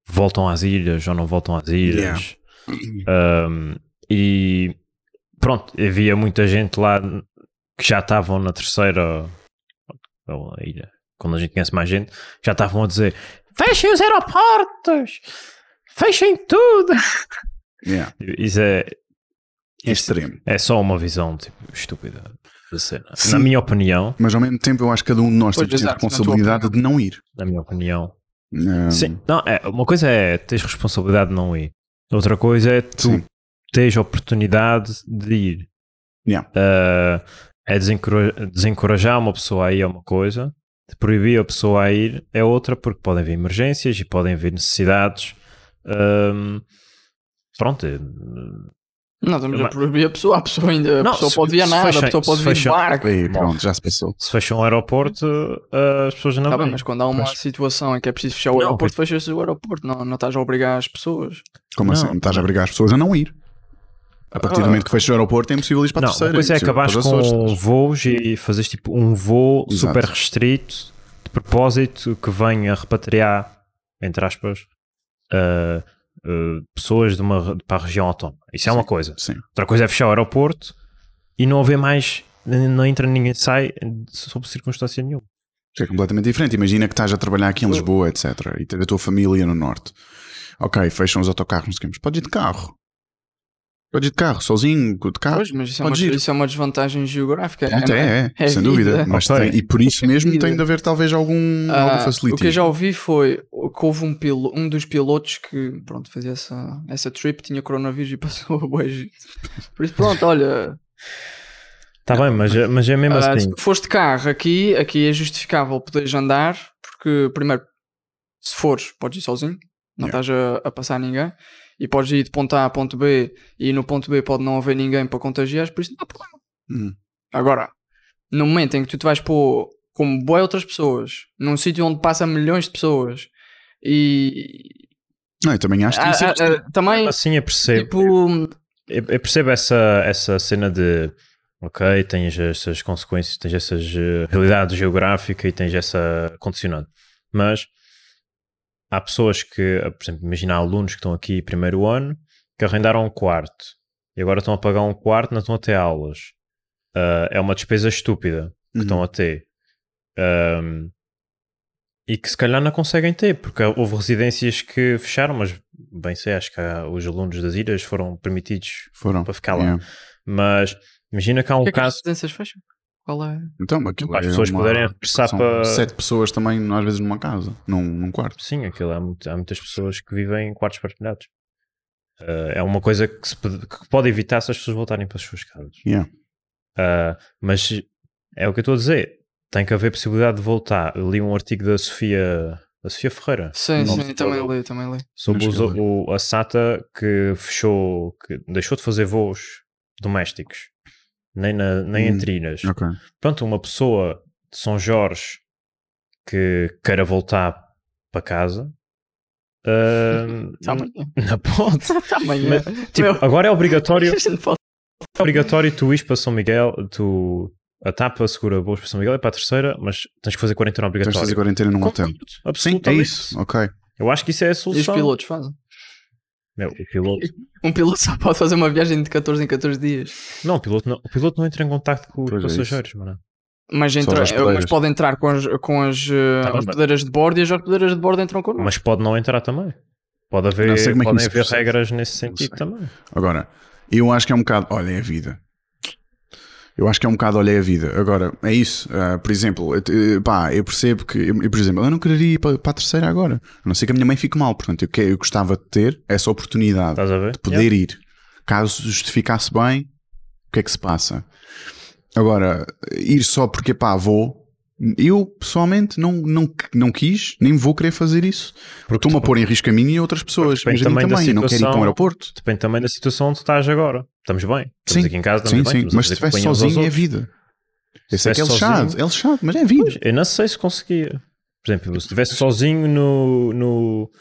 [SPEAKER 4] voltam às ilhas ou não voltam às ilhas. Um, e pronto, havia muita gente lá que já estavam na terceira ou na ilha, quando a gente conhece mais gente, já estavam a dizer fechem os aeroportos, fechem tudo.
[SPEAKER 3] Yeah,
[SPEAKER 4] Isso é,
[SPEAKER 3] é extremo.
[SPEAKER 4] é só uma visão tipo, estúpida da cena.
[SPEAKER 3] Sim.
[SPEAKER 4] Na minha opinião,
[SPEAKER 3] Mas ao mesmo tempo, eu acho que cada um de nós
[SPEAKER 2] Pois,
[SPEAKER 3] tem temos de ter
[SPEAKER 2] exato, na
[SPEAKER 3] responsabilidade
[SPEAKER 2] tua
[SPEAKER 3] de não ir.
[SPEAKER 4] na minha opinião.
[SPEAKER 3] Ahm,
[SPEAKER 4] Sim, não, é, uma coisa é teres responsabilidade de não ir. Outra coisa é tu
[SPEAKER 3] Sim.
[SPEAKER 4] tens a oportunidade de ir.
[SPEAKER 3] Yeah.
[SPEAKER 4] Ah, é desencora- desencorajar uma pessoa a ir é uma coisa, proibir a pessoa a ir é outra, porque podem vir emergências e podem vir necessidades. Ahm, pronto, eh,
[SPEAKER 2] Não, estamos a
[SPEAKER 4] Mas-
[SPEAKER 2] proibir a pessoa. A pessoa ainda. A
[SPEAKER 4] Não,
[SPEAKER 2] pessoa
[SPEAKER 4] se-
[SPEAKER 2] pode vir
[SPEAKER 4] se
[SPEAKER 2] nada, a
[SPEAKER 4] fecha-
[SPEAKER 2] pessoa
[SPEAKER 4] se
[SPEAKER 2] pode vir Tá de
[SPEAKER 4] fecha-
[SPEAKER 2] barco.
[SPEAKER 3] Aí, pronto, já se passou.
[SPEAKER 4] Se fecham o aeroporto, eh, as pessoas não
[SPEAKER 2] Tá bem,
[SPEAKER 4] vêm.
[SPEAKER 2] mas quando há uma situação em que é preciso fechar o
[SPEAKER 4] Não,
[SPEAKER 2] aeroporto, fecha-se o aeroporto. Não, não estás a obrigar as pessoas.
[SPEAKER 3] Como
[SPEAKER 4] Não.
[SPEAKER 3] assim? Não estás a obrigar as pessoas a não ir. A partir do momento que fechas o aeroporto é impossível ir para
[SPEAKER 4] Não,
[SPEAKER 3] a terceira.
[SPEAKER 4] uma coisa é
[SPEAKER 3] impossível ir para os
[SPEAKER 4] acabares com
[SPEAKER 3] Açores.
[SPEAKER 4] voos e fazes tipo um voo
[SPEAKER 3] Exato.
[SPEAKER 4] super restrito de propósito que venha repatriar, entre aspas, ah, ah, pessoas de uma, re- para a região autónoma. Isso é uma coisa.
[SPEAKER 3] Sim.
[SPEAKER 4] Outra coisa é fechar o aeroporto e não haver mais, n- não entra ninguém, sai sob circunstância nenhuma.
[SPEAKER 3] Isso é completamente diferente. Imagina que estás a trabalhar aqui em Lisboa, etc. E tens a tua família no norte. Ok, fecham os autocarros, não sei o quê, mas podes ir de carro. Podes ir de carro, sozinho, de
[SPEAKER 4] Ah,
[SPEAKER 3] carro.
[SPEAKER 2] Pois, mas isso é, uma,
[SPEAKER 3] Pode ir.
[SPEAKER 2] isso é uma desvantagem geográfica.
[SPEAKER 3] Pronto,
[SPEAKER 2] não
[SPEAKER 3] é, é,
[SPEAKER 2] É
[SPEAKER 3] sem
[SPEAKER 2] vida.
[SPEAKER 3] dúvida. Mas
[SPEAKER 4] Ok.
[SPEAKER 3] tem- e por isso
[SPEAKER 2] É
[SPEAKER 3] mesmo
[SPEAKER 2] vida.
[SPEAKER 3] tem de haver talvez algum,
[SPEAKER 2] Ah,
[SPEAKER 3] Hum, algum
[SPEAKER 2] o que eu
[SPEAKER 3] facility.
[SPEAKER 2] já ouvi foi que houve um, pilo, um dos pilotos que pronto, fazia essa, essa trip, tinha coronavírus e passou a boa gente. Por isso, pronto, olha,
[SPEAKER 4] Está bem, mas, é- mas é mesmo
[SPEAKER 2] ah,
[SPEAKER 4] assim.
[SPEAKER 2] se foste de carro aqui, aqui é justificável poderes andar, porque primeiro, se fores, podes ir sozinho, não
[SPEAKER 3] Yeah.
[SPEAKER 2] estás a, a passar ninguém, e podes ir de ponto A a ponto B, e no ponto B pode não haver ninguém para contagiar, por isso não há problema.
[SPEAKER 3] Hum.
[SPEAKER 2] Agora, no momento em que tu te vais pôr como boi outras pessoas, num sítio onde passam milhões de pessoas e.
[SPEAKER 3] Não, eu também acho que isso é
[SPEAKER 2] Ah, ah, ah, também,
[SPEAKER 4] Assim eu percebo.
[SPEAKER 2] tipo.
[SPEAKER 4] Eu, eu percebo essa, essa cena de ok, tens essas consequências, tens essas eh, realidade geográfica e tens essa condicionante. Mas há pessoas que, eh, por exemplo, imagina alunos que estão aqui primeiro ano que arrendaram um quarto e agora estão a pagar um quarto, não estão a ter aulas. Ah, é uma despesa estúpida que
[SPEAKER 3] Uhum.
[SPEAKER 4] estão a ter. Ahm, e que se calhar não conseguem ter, porque houve residências que fecharam, mas bem sei, acho que há- os alunos das ilhas foram permitidos
[SPEAKER 3] Foram. É.
[SPEAKER 4] para ficar lá.
[SPEAKER 3] Yeah.
[SPEAKER 4] Mas imagina que há um
[SPEAKER 2] Porque é que as
[SPEAKER 4] caso
[SPEAKER 2] residências fecham? Qual é?
[SPEAKER 3] Então, aquilo
[SPEAKER 4] para as
[SPEAKER 3] é
[SPEAKER 4] pessoas
[SPEAKER 3] uma-
[SPEAKER 4] poderem regressar
[SPEAKER 3] são
[SPEAKER 4] para.
[SPEAKER 3] sete pessoas também, às vezes, numa casa, num, num quarto.
[SPEAKER 4] Sim, aquilo há, muito- há muitas pessoas que vivem em quartos partilhados. Ah, é uma coisa que, se pode, que pode evitar se as pessoas voltarem para as suas casas.
[SPEAKER 3] Yeah.
[SPEAKER 4] Ah, mas é o que eu estou a dizer. Tem que haver possibilidade de voltar. Eu li um artigo da Sofia, da Sofia Ferreira
[SPEAKER 2] Sim,
[SPEAKER 4] Não,
[SPEAKER 2] sim,
[SPEAKER 4] não.
[SPEAKER 2] também li, também li.
[SPEAKER 4] sobre
[SPEAKER 3] Não
[SPEAKER 4] os-
[SPEAKER 3] cheguei
[SPEAKER 4] o, a SATA que fechou, que deixou de fazer voos domésticos, nem, na, nem
[SPEAKER 3] Hum,
[SPEAKER 4] entre ilhas.
[SPEAKER 3] Ok.
[SPEAKER 4] pronto, uma pessoa de São Jorge que queira voltar para casa, ahm,
[SPEAKER 2] Também.
[SPEAKER 4] não pode.
[SPEAKER 2] Também.
[SPEAKER 4] Hum, Mas, Tipo,
[SPEAKER 2] Meu.
[SPEAKER 4] agora é obrigatório,
[SPEAKER 2] Isto não pode-
[SPEAKER 4] é obrigatório tu ires para São Miguel, tu a TAP assegura voos para São Miguel e para a terceira, mas tens que fazer quarentena
[SPEAKER 3] Tens de
[SPEAKER 4] obrigatória.
[SPEAKER 3] fazer quarentena num hotel.
[SPEAKER 4] Concordo,
[SPEAKER 3] Sim, é
[SPEAKER 2] então
[SPEAKER 4] absolutamente.
[SPEAKER 3] isso. Ok.
[SPEAKER 4] Eu acho que isso é a
[SPEAKER 2] E os
[SPEAKER 4] solução.
[SPEAKER 2] pilotos fazem?
[SPEAKER 4] Meu, o piloto.
[SPEAKER 2] Um piloto só pode fazer uma viagem de 14 em 14 dias.
[SPEAKER 4] Não, o piloto não, o piloto não entra em contato com os
[SPEAKER 3] Pois é isso.
[SPEAKER 4] passageiros, mano.
[SPEAKER 2] Mas,
[SPEAKER 3] Só
[SPEAKER 2] entra, eh,
[SPEAKER 3] as hospedeiras.
[SPEAKER 2] mas pode entrar com as, com as eh,
[SPEAKER 4] Tá bem, mas-
[SPEAKER 2] hospedeiras de bordo e as hospedeiras de bordo entram connosco.
[SPEAKER 4] Mas pode não entrar também. Pode haver,
[SPEAKER 3] Não sei como é que
[SPEAKER 4] podem
[SPEAKER 3] isso
[SPEAKER 4] haver
[SPEAKER 3] procede.
[SPEAKER 4] regras nesse
[SPEAKER 3] Não
[SPEAKER 4] sentido
[SPEAKER 3] sei.
[SPEAKER 4] também.
[SPEAKER 3] Agora, eu acho que é um bocado. Olha, é a vida. Eu acho que é um bocado olhei a vida. Agora, é isso. Ah, por exemplo, eu, te- pá, eu percebo que. Eu, eu, por exemplo, eu não quereria ir para, para a terceira agora. A não ser que a minha mãe fique mal. Portanto, eu, que, eu gostava de ter essa oportunidade
[SPEAKER 4] Estás a ver?
[SPEAKER 3] de poder ir. Caso justificasse bem, o que é que se passa? Agora, ir só porque pá, vou. Eu pessoalmente não, não, não quis, nem vou querer fazer isso.
[SPEAKER 4] Porque
[SPEAKER 3] Estou-me a pôr em risco a mim e a outras pessoas.
[SPEAKER 4] Depende
[SPEAKER 3] Mas a mim
[SPEAKER 4] também da
[SPEAKER 3] também. Eu não quero ir para um
[SPEAKER 4] situação.
[SPEAKER 3] aeroporto.
[SPEAKER 4] Depende também da situação onde estás agora. Estamos bem. Estamos
[SPEAKER 3] Sim,
[SPEAKER 4] aqui em casa,
[SPEAKER 3] Sim,
[SPEAKER 4] estamos bem.
[SPEAKER 3] sim,
[SPEAKER 4] estamos a
[SPEAKER 3] mas se estivesse
[SPEAKER 4] fazer companhia uns aos
[SPEAKER 3] sozinho é
[SPEAKER 4] outros.
[SPEAKER 3] vida. Eu sei que é
[SPEAKER 4] estivesse
[SPEAKER 3] lixado,
[SPEAKER 4] sozinho-
[SPEAKER 3] é lixado, mas é vida.
[SPEAKER 4] Pois, eu não sei se conseguia. Por exemplo, se estivesse sozinho no, no,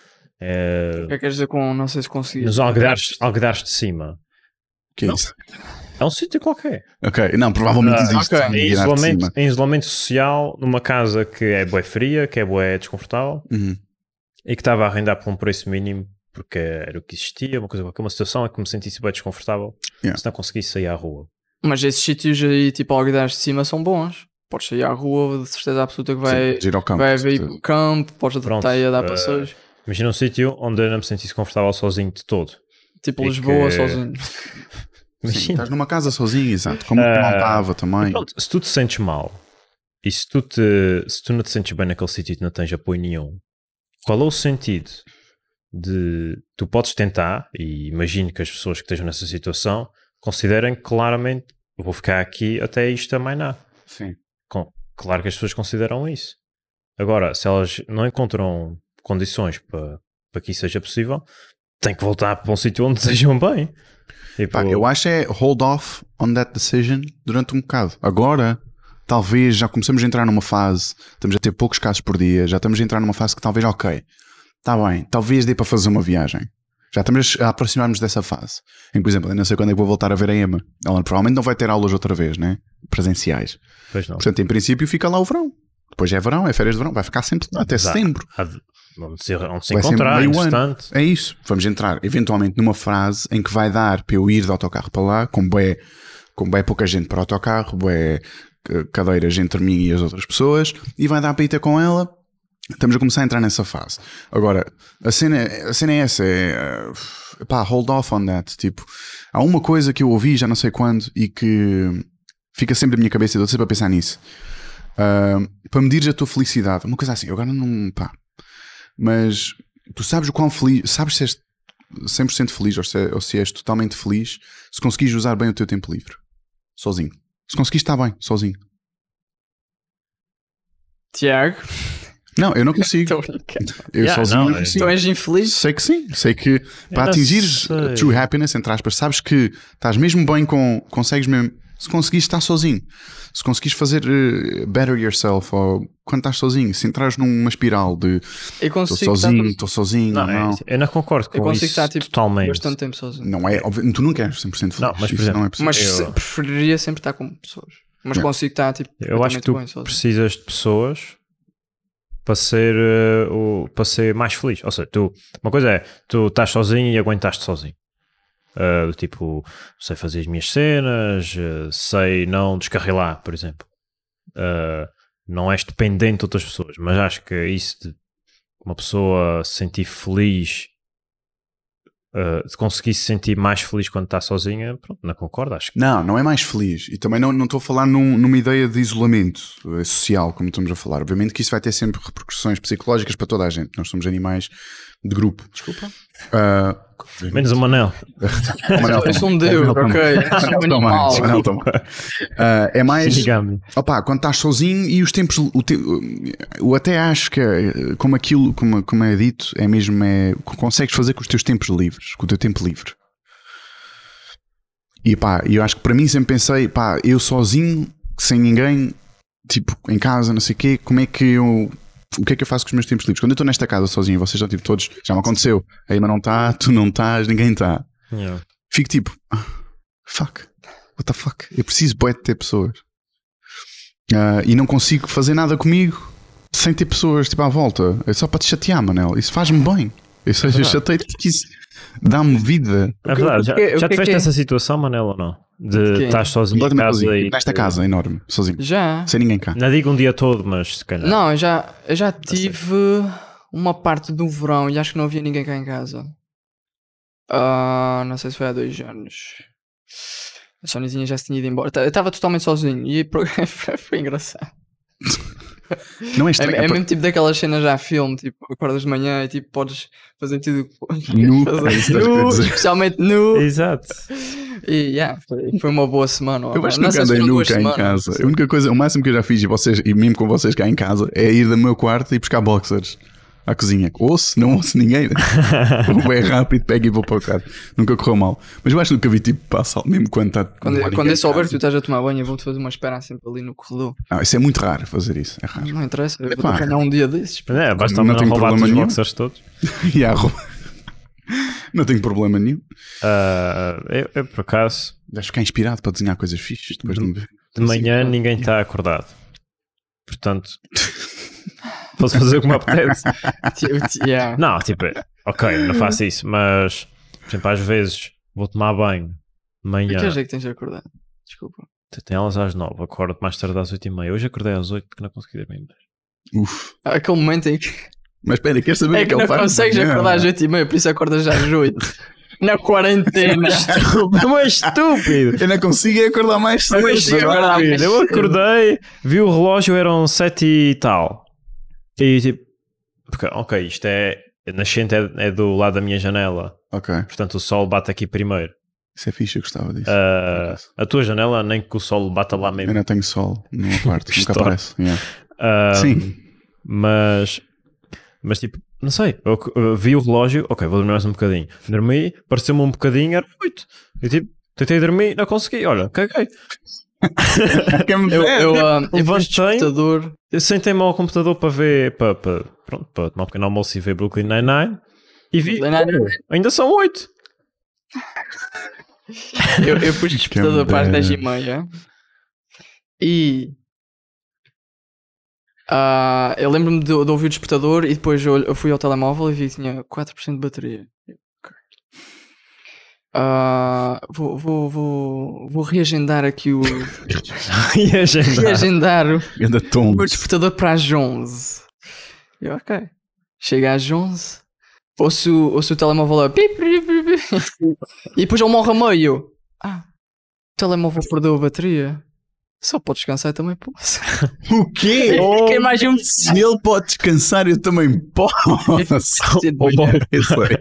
[SPEAKER 4] eh,
[SPEAKER 2] O que é que queres dizer com não sei se consegui?
[SPEAKER 4] nos alguedares, alguedares de cima.
[SPEAKER 3] Que é
[SPEAKER 4] Não.
[SPEAKER 3] isso?
[SPEAKER 4] É um sítio qualquer.
[SPEAKER 3] Ok, não, provavelmente
[SPEAKER 4] Ah,
[SPEAKER 3] existe.
[SPEAKER 2] ok.
[SPEAKER 3] um
[SPEAKER 4] Em
[SPEAKER 3] lugar de
[SPEAKER 4] isolamento,
[SPEAKER 3] cima.
[SPEAKER 4] em isolamento social, numa casa que é bué fria, que é bué desconfortável
[SPEAKER 3] Uhum.
[SPEAKER 4] e que estava a arrendar por um preço mínimo porque era o que existia, uma coisa qualquer, uma situação em que me sentisse bem desconfortável
[SPEAKER 3] Yeah.
[SPEAKER 4] se não conseguisse sair à rua.
[SPEAKER 2] Mas esses sítios aí, tipo alguidades de cima, são bons. Podes sair à rua, de certeza absoluta que vai,
[SPEAKER 3] Sim, giro ao campo.
[SPEAKER 2] vai haver campo, podes
[SPEAKER 4] Pronto,
[SPEAKER 2] estar aí a dar
[SPEAKER 4] eh,
[SPEAKER 2] passeios.
[SPEAKER 4] Imagina um sítio onde eu não me sentisse confortável sozinho de todo.
[SPEAKER 2] Tipo
[SPEAKER 4] é
[SPEAKER 2] Lisboa,
[SPEAKER 4] que-
[SPEAKER 2] sozinho.
[SPEAKER 3] Sim, tá
[SPEAKER 4] Imagina.
[SPEAKER 3] estás numa casa sozinho, exato. Como
[SPEAKER 4] Ah,
[SPEAKER 3] que não estava
[SPEAKER 4] E
[SPEAKER 3] também.
[SPEAKER 4] Pronto, se tu te sentes mal e se tu, te, se tu não te sentes bem naquele sítio e tu não tens apoio nenhum, qual é o sentido de tu podes tentar e imagino que as pessoas que estejam nessa situação considerem que claramente eu vou ficar aqui até isto amainar.
[SPEAKER 3] Sim.
[SPEAKER 4] Com- Claro que as pessoas consideram isso. Agora, se elas não encontram condições para, para que isso seja possível, têm que voltar para um sítio onde sejam bem. Tipo,
[SPEAKER 3] Pá, eu acho é hold off on that decision durante um bocado. Agora, talvez já começamos a entrar numa fase, estamos a ter poucos casos por dia, já estamos a entrar numa fase que talvez, ok, está bem, talvez dê para fazer uma viagem. Já estamos a aproximar-nos dessa fase. Em que, por exemplo, eu não sei quando é que vou voltar a ver a Emma. Ela provavelmente não vai ter aulas outra vez, né? Presenciais.
[SPEAKER 4] Pois não.
[SPEAKER 3] Portanto, em princípio, fica lá o verão. Depois é verão, é férias de verão, vai ficar sempre lá, até
[SPEAKER 4] Exato.
[SPEAKER 3] setembro.
[SPEAKER 4] Há de- Vão se, vão se
[SPEAKER 3] Vai ser
[SPEAKER 4] encontrar,
[SPEAKER 3] meio ano.
[SPEAKER 4] entretanto.
[SPEAKER 3] É isso. Vamos entrar eventualmente numa frase em que vai dar para eu ir de autocarro para lá, com bem, com bem pouca gente para o autocarro, bem cadeiras entre mim e as outras pessoas, e vai dar para ir ter com ela. Estamos a começar a entrar nessa fase. Agora, a cena, a cena é essa: é, eh, pá, hold off on that. Tipo, há uma coisa que eu ouvi já não sei quando e que fica sempre na minha cabeça, eu estou sempre a pensar nisso. Ah, para medir a tua felicidade, uma coisa assim, eu agora não. pá, mas tu sabes o quão feliz, sabes se és 100% feliz ou se, é, ou se és totalmente feliz se conseguires usar bem o teu tempo livre, sozinho. Se conseguires estar bem, sozinho.
[SPEAKER 2] Tiago,
[SPEAKER 3] Não, eu não consigo.
[SPEAKER 2] estou a brincar.
[SPEAKER 3] eu
[SPEAKER 4] Yeah,
[SPEAKER 3] sozinho
[SPEAKER 4] não,
[SPEAKER 3] não,
[SPEAKER 4] é-
[SPEAKER 3] consigo.
[SPEAKER 2] Tu és infeliz?
[SPEAKER 3] Sei que sim, sei que para
[SPEAKER 4] não
[SPEAKER 3] atingires
[SPEAKER 4] sei.
[SPEAKER 3] true happiness, entre aspas, sabes que estás mesmo bem com, consegues mesmo, se conseguires estar sozinho, se conseguires fazer eh, better yourself, ou quando estás sozinho, se entras numa espiral de
[SPEAKER 2] Eu
[SPEAKER 3] estou
[SPEAKER 2] consigo estar
[SPEAKER 3] sozinho, estou sozinho,
[SPEAKER 4] Não,
[SPEAKER 3] não,
[SPEAKER 4] é- eu não concordo com
[SPEAKER 2] eu
[SPEAKER 4] isso
[SPEAKER 2] consigo estar tipo,
[SPEAKER 4] totalmente.
[SPEAKER 2] bastante tempo sozinho.
[SPEAKER 3] não é, óbvio, tu nunca és 100% feliz,
[SPEAKER 4] Não, mas, por
[SPEAKER 3] isso
[SPEAKER 4] exemplo,
[SPEAKER 3] não é possível.
[SPEAKER 2] Mas
[SPEAKER 4] Eu-
[SPEAKER 2] se- preferiria sempre estar com pessoas. Mas
[SPEAKER 3] Yeah.
[SPEAKER 2] consigo estar tipo,
[SPEAKER 4] Eu acho que tu
[SPEAKER 2] completamente bem sozinho.
[SPEAKER 4] precisas de pessoas para ser, eh, o, para ser mais feliz. Ou seja, tu, uma coisa é, tu estás sozinho e aguentaste sozinho. Ah, tipo, sei fazer as minhas cenas, eh, sei não descarrilar, por exemplo. Ah, não és dependente de outras pessoas, mas acho que isso de uma pessoa se sentir feliz, ah, de conseguir se sentir mais feliz quando está sozinha, pronto, não concordo, acho que
[SPEAKER 3] Não, não é mais feliz. E também não, não estou a falar num- numa ideia de isolamento eh, social, como estamos a falar. Obviamente que isso vai ter sempre repercussões psicológicas para toda a gente. Nós somos animais de grupo.
[SPEAKER 2] Desculpa.
[SPEAKER 3] Ah,
[SPEAKER 4] menos um o Manel.
[SPEAKER 3] o Manel
[SPEAKER 2] Eu
[SPEAKER 3] toma.
[SPEAKER 2] sou um deus,
[SPEAKER 3] Manel toma.
[SPEAKER 2] ok. Eu sou um
[SPEAKER 3] Manel toma,
[SPEAKER 2] animal.
[SPEAKER 3] esse Manel toma. Ah, é mais
[SPEAKER 4] Digamos.
[SPEAKER 3] opá, quando estás sozinho e os tempos o te- eu até acho que eh, como aquilo, como, como é dito é mesmo é, o que consegues fazer com os teus tempos livres com o teu tempo livre e pá, eu acho que para mim sempre pensei pá, eu sozinho, sem ninguém tipo, em casa, não sei o quê como é que eu o que é que eu faço com os meus tempos livres? Quando eu estou nesta casa sozinho, vocês já tipo todos, já me aconteceu. A Emma não está, tu não estás, ninguém tá. está
[SPEAKER 4] Yeah.
[SPEAKER 3] fico tipo, "Ah, fuck, what the fuck, eu preciso bué de ter pessoas Ah, e não consigo fazer nada comigo sem ter pessoas tipo à volta. É só para te chatear, Manel. Isso faz-me bem. Eu,
[SPEAKER 2] É
[SPEAKER 3] sei- eu chatei-te porque isso dá-me vida.
[SPEAKER 4] É verdade, já,
[SPEAKER 2] o que é- o
[SPEAKER 4] já
[SPEAKER 2] que é
[SPEAKER 4] tiveste
[SPEAKER 2] que é?
[SPEAKER 4] essa situação, Manel, ou não?
[SPEAKER 2] De
[SPEAKER 4] De
[SPEAKER 2] quê?
[SPEAKER 4] estás
[SPEAKER 2] um
[SPEAKER 4] sozinho em
[SPEAKER 3] Completamente
[SPEAKER 4] casa
[SPEAKER 3] sozinho.
[SPEAKER 4] e...
[SPEAKER 3] Nesta casa, enorme, sozinho,
[SPEAKER 2] Já.
[SPEAKER 3] sem ninguém cá.
[SPEAKER 4] Não digo um dia todo, mas se calhar.
[SPEAKER 2] Não, eu já, eu já tive uma parte do verão e acho que não havia ninguém cá em casa. Ah, não sei se foi há dois anos. A Sonizinha já se tinha ido embora. Ta- Eu estava totalmente sozinho e pro- foi engraçado.
[SPEAKER 3] Não é
[SPEAKER 2] É,
[SPEAKER 3] estranho.
[SPEAKER 2] é
[SPEAKER 3] É
[SPEAKER 2] mesmo tipo daquelas cenas já a filme, tipo, acordas de manhã e tipo, podes fazer tudo o que podes
[SPEAKER 3] Nu,
[SPEAKER 2] fazer.
[SPEAKER 3] é isso que estás a querer
[SPEAKER 2] Nu,
[SPEAKER 3] dizer.
[SPEAKER 2] especialmente nu.
[SPEAKER 4] Exato.
[SPEAKER 2] E yeah, foi, foi uma boa semana.
[SPEAKER 3] Eu acho que
[SPEAKER 2] Não
[SPEAKER 3] nunca
[SPEAKER 2] sei se
[SPEAKER 3] andei
[SPEAKER 2] foram duas
[SPEAKER 3] nunca em
[SPEAKER 2] semanas.
[SPEAKER 3] casa. A única coisa, o máximo que eu já fiz, e, vocês, e mesmo com vocês cá em casa, é ir do meu quarto e buscar boxers à cozinha. Ouço, não ouço ninguém. Vou bem rápido, pego e vou para o quarto. Nunca correu mal. Mas eu acho que nunca vi tipo passar, mesmo quando está. não há
[SPEAKER 2] Quando,
[SPEAKER 3] ninguém
[SPEAKER 2] quando
[SPEAKER 3] em
[SPEAKER 2] eu souber que tu
[SPEAKER 3] casa.
[SPEAKER 2] estás a tomar banho, vão te fazer uma espera sempre ali no corredor.
[SPEAKER 3] Não, isso é muito raro fazer isso. É raro.
[SPEAKER 2] Não interessa, eu vou
[SPEAKER 3] Epá.
[SPEAKER 2] ganhar um dia desses. pá.
[SPEAKER 4] É, basta
[SPEAKER 3] Não
[SPEAKER 4] não,
[SPEAKER 3] tenho
[SPEAKER 4] roubar
[SPEAKER 3] problema
[SPEAKER 4] os
[SPEAKER 3] nenhum.
[SPEAKER 4] boxers todos.
[SPEAKER 3] E há roupa. Não tenho problema nenhum.
[SPEAKER 4] Ah, eu, eu, por acaso,
[SPEAKER 3] Vais ficar inspirado para desenhar coisas fixas depois de um me ver.
[SPEAKER 4] de manhã ninguém está acordado. Portanto, posso fazer o que me apetece.
[SPEAKER 2] Eu te- yeah.
[SPEAKER 4] Não, tipo, ok, não faço isso, mas, por exemplo, às vezes vou tomar banho de
[SPEAKER 2] A
[SPEAKER 4] manhã.
[SPEAKER 2] que horas é que tens de acordar? Desculpa.
[SPEAKER 4] Tem elas às nove, acordo mais tarde às oito e meia. Hoje acordei às oito porque não consegui dormir.
[SPEAKER 3] Uf.
[SPEAKER 2] Ah, Aquele momento em que,
[SPEAKER 3] Mas espera, queres saber
[SPEAKER 2] é
[SPEAKER 3] o
[SPEAKER 2] que
[SPEAKER 3] ele
[SPEAKER 2] não
[SPEAKER 3] faz?
[SPEAKER 2] consegues acordar às 8 e meia, por isso acordas já às 8. Na quarentena. É
[SPEAKER 4] Tu és estúpido!
[SPEAKER 3] Eu não consigo é acordar mais cedo.
[SPEAKER 2] Mas sim, agora dá mais.
[SPEAKER 4] Filho, eu acordei, vi o relógio, eram sete e tal. E tipo, porque, ok, isto é. A nascente é, é do lado da minha janela,
[SPEAKER 3] Ok.
[SPEAKER 4] portanto o sol bate aqui primeiro.
[SPEAKER 3] Isso é fixe, eu gostava disso.
[SPEAKER 4] Ah, a tua janela, nem que o sol bata lá
[SPEAKER 3] Eu
[SPEAKER 4] mesmo.
[SPEAKER 3] não tenho sol no meu quarto, nunca
[SPEAKER 4] Estou.
[SPEAKER 3] Ah, aparece. Yeah.
[SPEAKER 4] Ah,
[SPEAKER 3] Sim,
[SPEAKER 4] Mas, mas tipo, Não sei. Eu, uh, vi o relógio, ok, vou dormir mais um bocadinho. Dormi, pareceu-me um bocadinho, era 8. Eu tipo, tentei dormir, não consegui. Olha, caguei.
[SPEAKER 2] Eu, eu, ah, eu pus
[SPEAKER 4] Levantei.
[SPEAKER 2] despertador.
[SPEAKER 4] Eu sentei-me ao computador para ver, para, para, pronto, para tomar um pequeno almoço e ver Brooklyn Nine-Nine. E vi, ainda são 8.
[SPEAKER 2] Eu, eu pus despertador para as
[SPEAKER 3] merda.
[SPEAKER 2] 10 e meia. E. ah, eu lembro-me de, de ouvir o despertador e depois eu, eu fui ao telemóvel e vi que tinha 4% de bateria. Eu, caralho. Ah, vou, vou, vou, vou reagendar aqui o.
[SPEAKER 4] e a agenda.
[SPEAKER 2] reagendar o
[SPEAKER 3] Ganda tom.
[SPEAKER 2] meu despertador para as 11. Eu, ok. Chega às 11. Ouço, ouço o telemóvel a pip, pip, pip, pip. E depois ele morre a meio. Ah, o telemóvel perdeu a bateria. Só pode descansar eu também posso.
[SPEAKER 3] O quê?
[SPEAKER 2] Fiquei mais um
[SPEAKER 3] Se ele pode descansar, eu também posso. Eu sei.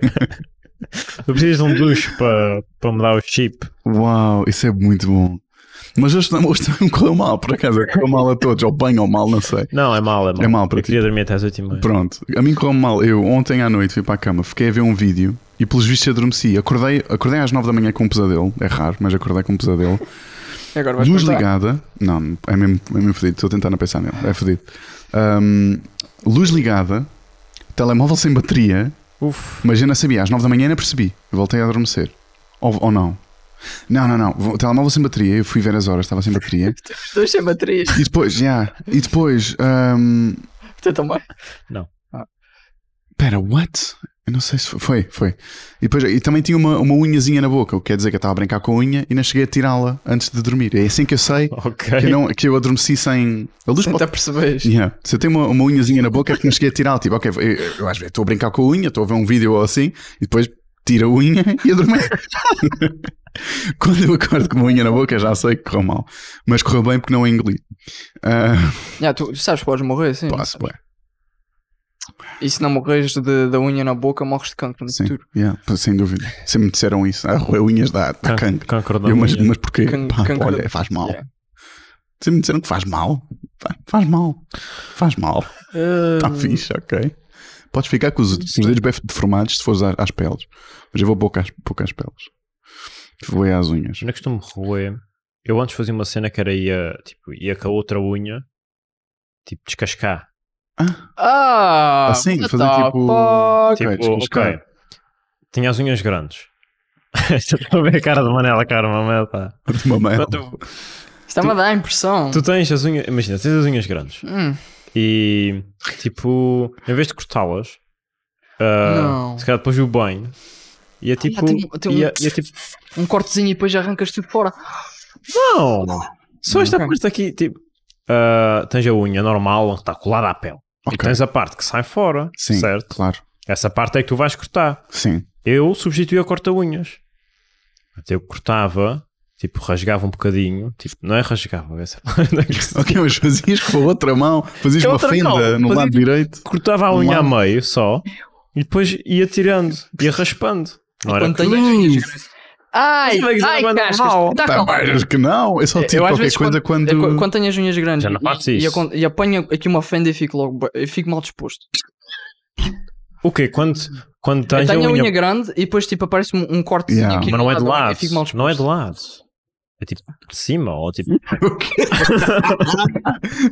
[SPEAKER 4] Eu preciso de um duche para, para mudar o chip.
[SPEAKER 3] Uau, isso é muito bom. Mas hoje, não- hoje também me correu mal, por acaso. Correu mal a todos, ou bem ou mal, não sei.
[SPEAKER 4] Não, é mal, é mal.
[SPEAKER 3] É mal para
[SPEAKER 4] eu
[SPEAKER 3] ti.
[SPEAKER 4] queria dormir até às 8 e meia.
[SPEAKER 3] Pronto, a mim correu mal. Eu ontem à noite fui para a cama, fiquei a ver um vídeo e pelos vistos adormeci. Acordei, acordei às 9 da manhã com um pesadelo, é raro, mas acordei com um pesadelo.
[SPEAKER 2] E Agora vais
[SPEAKER 3] Luz
[SPEAKER 2] contar.
[SPEAKER 3] ligada, não, é mesmo, é mesmo fedido, estou a tentar não pensar nele, é fedido. Ahm, luz ligada, telemóvel sem bateria,
[SPEAKER 4] Uf.
[SPEAKER 3] mas eu não sabia, às 9 da manhã não percebi, voltei a adormecer. Ou, ou não? Não, não, não, vo- telemóvel sem bateria, eu fui ver as horas, estava sem bateria.
[SPEAKER 2] Os dois sem bateria.
[SPEAKER 3] E depois, já, e depois, ahm,
[SPEAKER 2] Tu também.
[SPEAKER 3] Pera, what? Eu não sei se foi. Foi, foi. E, depois, e também tinha uma, uma unhazinha na boca, o que quer dizer que eu estava a brincar com a unha e não cheguei a tirá-la antes de dormir. É assim que eu sei
[SPEAKER 4] Ok.
[SPEAKER 3] que eu, não, que eu adormeci sem. A luz pode-
[SPEAKER 2] Tenta perceber.
[SPEAKER 3] Yeah. Se eu tenho uma, uma unhazinha na boca é porque não cheguei a tirá-la. Tipo, ok, eu, eu às vezes estou a brincar com a unha, estou a ver um vídeo ou assim e depois tiro a unha e adormeço. Quando eu acordo com uma unha na boca já sei que correu mal. Mas correu bem porque não a engoli. Ah,
[SPEAKER 2] Já, tu sabes que podes morrer, sim.
[SPEAKER 3] posso, bem.
[SPEAKER 2] E se não morres de- da unha na boca, morres de cancro no
[SPEAKER 3] Sim,
[SPEAKER 2] futuro.
[SPEAKER 3] yeah, pá, sem dúvida. Sempre me disseram isso. Ah, roer unhas dá, dá
[SPEAKER 4] Can- um
[SPEAKER 3] cancro.
[SPEAKER 4] Cancro da
[SPEAKER 3] Eu, mas,
[SPEAKER 4] unha.
[SPEAKER 3] mas porquê?
[SPEAKER 2] Can-
[SPEAKER 3] Pá,
[SPEAKER 2] cancro
[SPEAKER 3] olha,
[SPEAKER 2] da-
[SPEAKER 3] faz mal.
[SPEAKER 2] Yeah.
[SPEAKER 3] Sempre me disseram que faz mal. Pá, Faz mal. Faz mal. Está Tá fixe, ok. Podes ficar com os, os dedos bem deformados se fores à- às peles. Mas eu vou pouco às, pouco às peles. Vou é às unhas.
[SPEAKER 4] Eu não costumo roer. Eu antes fazia uma cena que era ia, tipo, ia com a outra unha, tipo, descascar.
[SPEAKER 2] Ah!
[SPEAKER 3] Assim,
[SPEAKER 2] what
[SPEAKER 3] fazer
[SPEAKER 2] the
[SPEAKER 3] tipo-
[SPEAKER 2] fuck?
[SPEAKER 3] Ok,
[SPEAKER 4] Tipo,
[SPEAKER 3] descascar.
[SPEAKER 4] ok. Tinha as unhas grandes. Estou a ver a cara de Manela, cara, Manela. pá.
[SPEAKER 3] De uma mão.
[SPEAKER 4] Tu,
[SPEAKER 2] Está-me a dar a é impressão.
[SPEAKER 4] tu tens as unhas, imagina, tens as unhas grandes
[SPEAKER 2] Hum.
[SPEAKER 4] e, tipo, em vez de cortá-las, ah,
[SPEAKER 2] Não.
[SPEAKER 4] se calhar depois o banho, ia tipo,
[SPEAKER 2] tem um- tem um-
[SPEAKER 4] ia, ia, tipo,
[SPEAKER 2] um cortezinho e depois arrancas tudo fora.
[SPEAKER 4] não, só esta
[SPEAKER 2] Ok.
[SPEAKER 4] parte aqui, tipo, ah, tens a unha normal, onde está colada à pele. E
[SPEAKER 3] Ok,
[SPEAKER 4] tens a parte que sai fora,
[SPEAKER 3] Sim.
[SPEAKER 4] certo?
[SPEAKER 3] claro.
[SPEAKER 4] Essa parte é que tu vais cortar.
[SPEAKER 3] Sim.
[SPEAKER 4] Eu substituí a corta-unhas. Portanto, Eu cortava, tipo, rasgava um bocadinho. Tipo, não é rasgava, é só-
[SPEAKER 3] Ok, mas fazias com a outra mão, fazias
[SPEAKER 4] Com a
[SPEAKER 3] uma
[SPEAKER 4] outra
[SPEAKER 3] fenda
[SPEAKER 4] mão,
[SPEAKER 3] no
[SPEAKER 4] fazia-
[SPEAKER 3] lado direito.
[SPEAKER 4] cortava a
[SPEAKER 3] Um
[SPEAKER 4] unha a
[SPEAKER 3] lado.
[SPEAKER 4] meio só e depois ia tirando, ia raspando. Não era
[SPEAKER 2] Quando tenho
[SPEAKER 4] Mas
[SPEAKER 2] Ai,
[SPEAKER 4] como é que isso
[SPEAKER 2] ai,
[SPEAKER 4] não é
[SPEAKER 2] cascas.
[SPEAKER 4] normal?
[SPEAKER 2] Tá
[SPEAKER 3] Tá,
[SPEAKER 2] com-
[SPEAKER 3] mas acho que não. Eu só
[SPEAKER 2] Eu
[SPEAKER 3] tiro
[SPEAKER 2] às
[SPEAKER 3] qualquer
[SPEAKER 2] vezes
[SPEAKER 3] coisa quando.
[SPEAKER 2] Eu, é qu- quando tenho as unhas grandes
[SPEAKER 4] Já não
[SPEAKER 2] e-
[SPEAKER 4] faço
[SPEAKER 2] e,
[SPEAKER 4] isso.
[SPEAKER 2] acon- e apanho aqui uma fenda e fico logo ba- eu fico mal disposto.
[SPEAKER 4] O quê? Quando, quando
[SPEAKER 2] Eu
[SPEAKER 4] tens
[SPEAKER 2] tenho
[SPEAKER 4] a unha.
[SPEAKER 2] grande e depois tipo aparece um, um cortezinho
[SPEAKER 3] Yeah.
[SPEAKER 2] aqui
[SPEAKER 4] Mas
[SPEAKER 2] no
[SPEAKER 4] não é de
[SPEAKER 2] lado,
[SPEAKER 4] lado.
[SPEAKER 2] eu fico mal
[SPEAKER 4] Não é
[SPEAKER 2] disposto.
[SPEAKER 4] de lado. É tipo de cima ou tipo.
[SPEAKER 2] Uhum.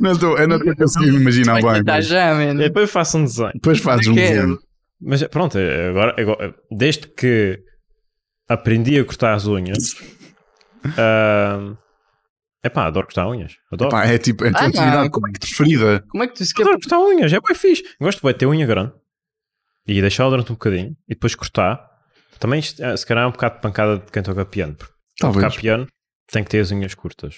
[SPEAKER 3] Não estou, eu não estou conseguindo imaginar
[SPEAKER 2] Vai
[SPEAKER 3] Tá bem.
[SPEAKER 2] tentar tá já, man.
[SPEAKER 4] E depois eu faço um desenho.
[SPEAKER 3] Depois fazes
[SPEAKER 2] Não
[SPEAKER 3] um
[SPEAKER 2] quero.
[SPEAKER 3] desenho.
[SPEAKER 4] Mas é, pronto, agora, agora- desde que aprendi a cortar as unhas. é epá, adoro cortar unhas. Adoro.
[SPEAKER 3] Pá, é tipo, é a tua
[SPEAKER 2] Ah,
[SPEAKER 3] atividade
[SPEAKER 2] como é que-
[SPEAKER 3] preferida.
[SPEAKER 2] Como é que tu se
[SPEAKER 4] Eu adoro cortar unhas, é bem fixe. Gosto bem de ter unha grande e deixá-la durante um bocadinho e depois cortar. Também, isto, eh, se calhar, é um bocado de pancada de quem toca piano. Porque tocar
[SPEAKER 3] Talvez.
[SPEAKER 4] piano tem que ter as unhas curtas.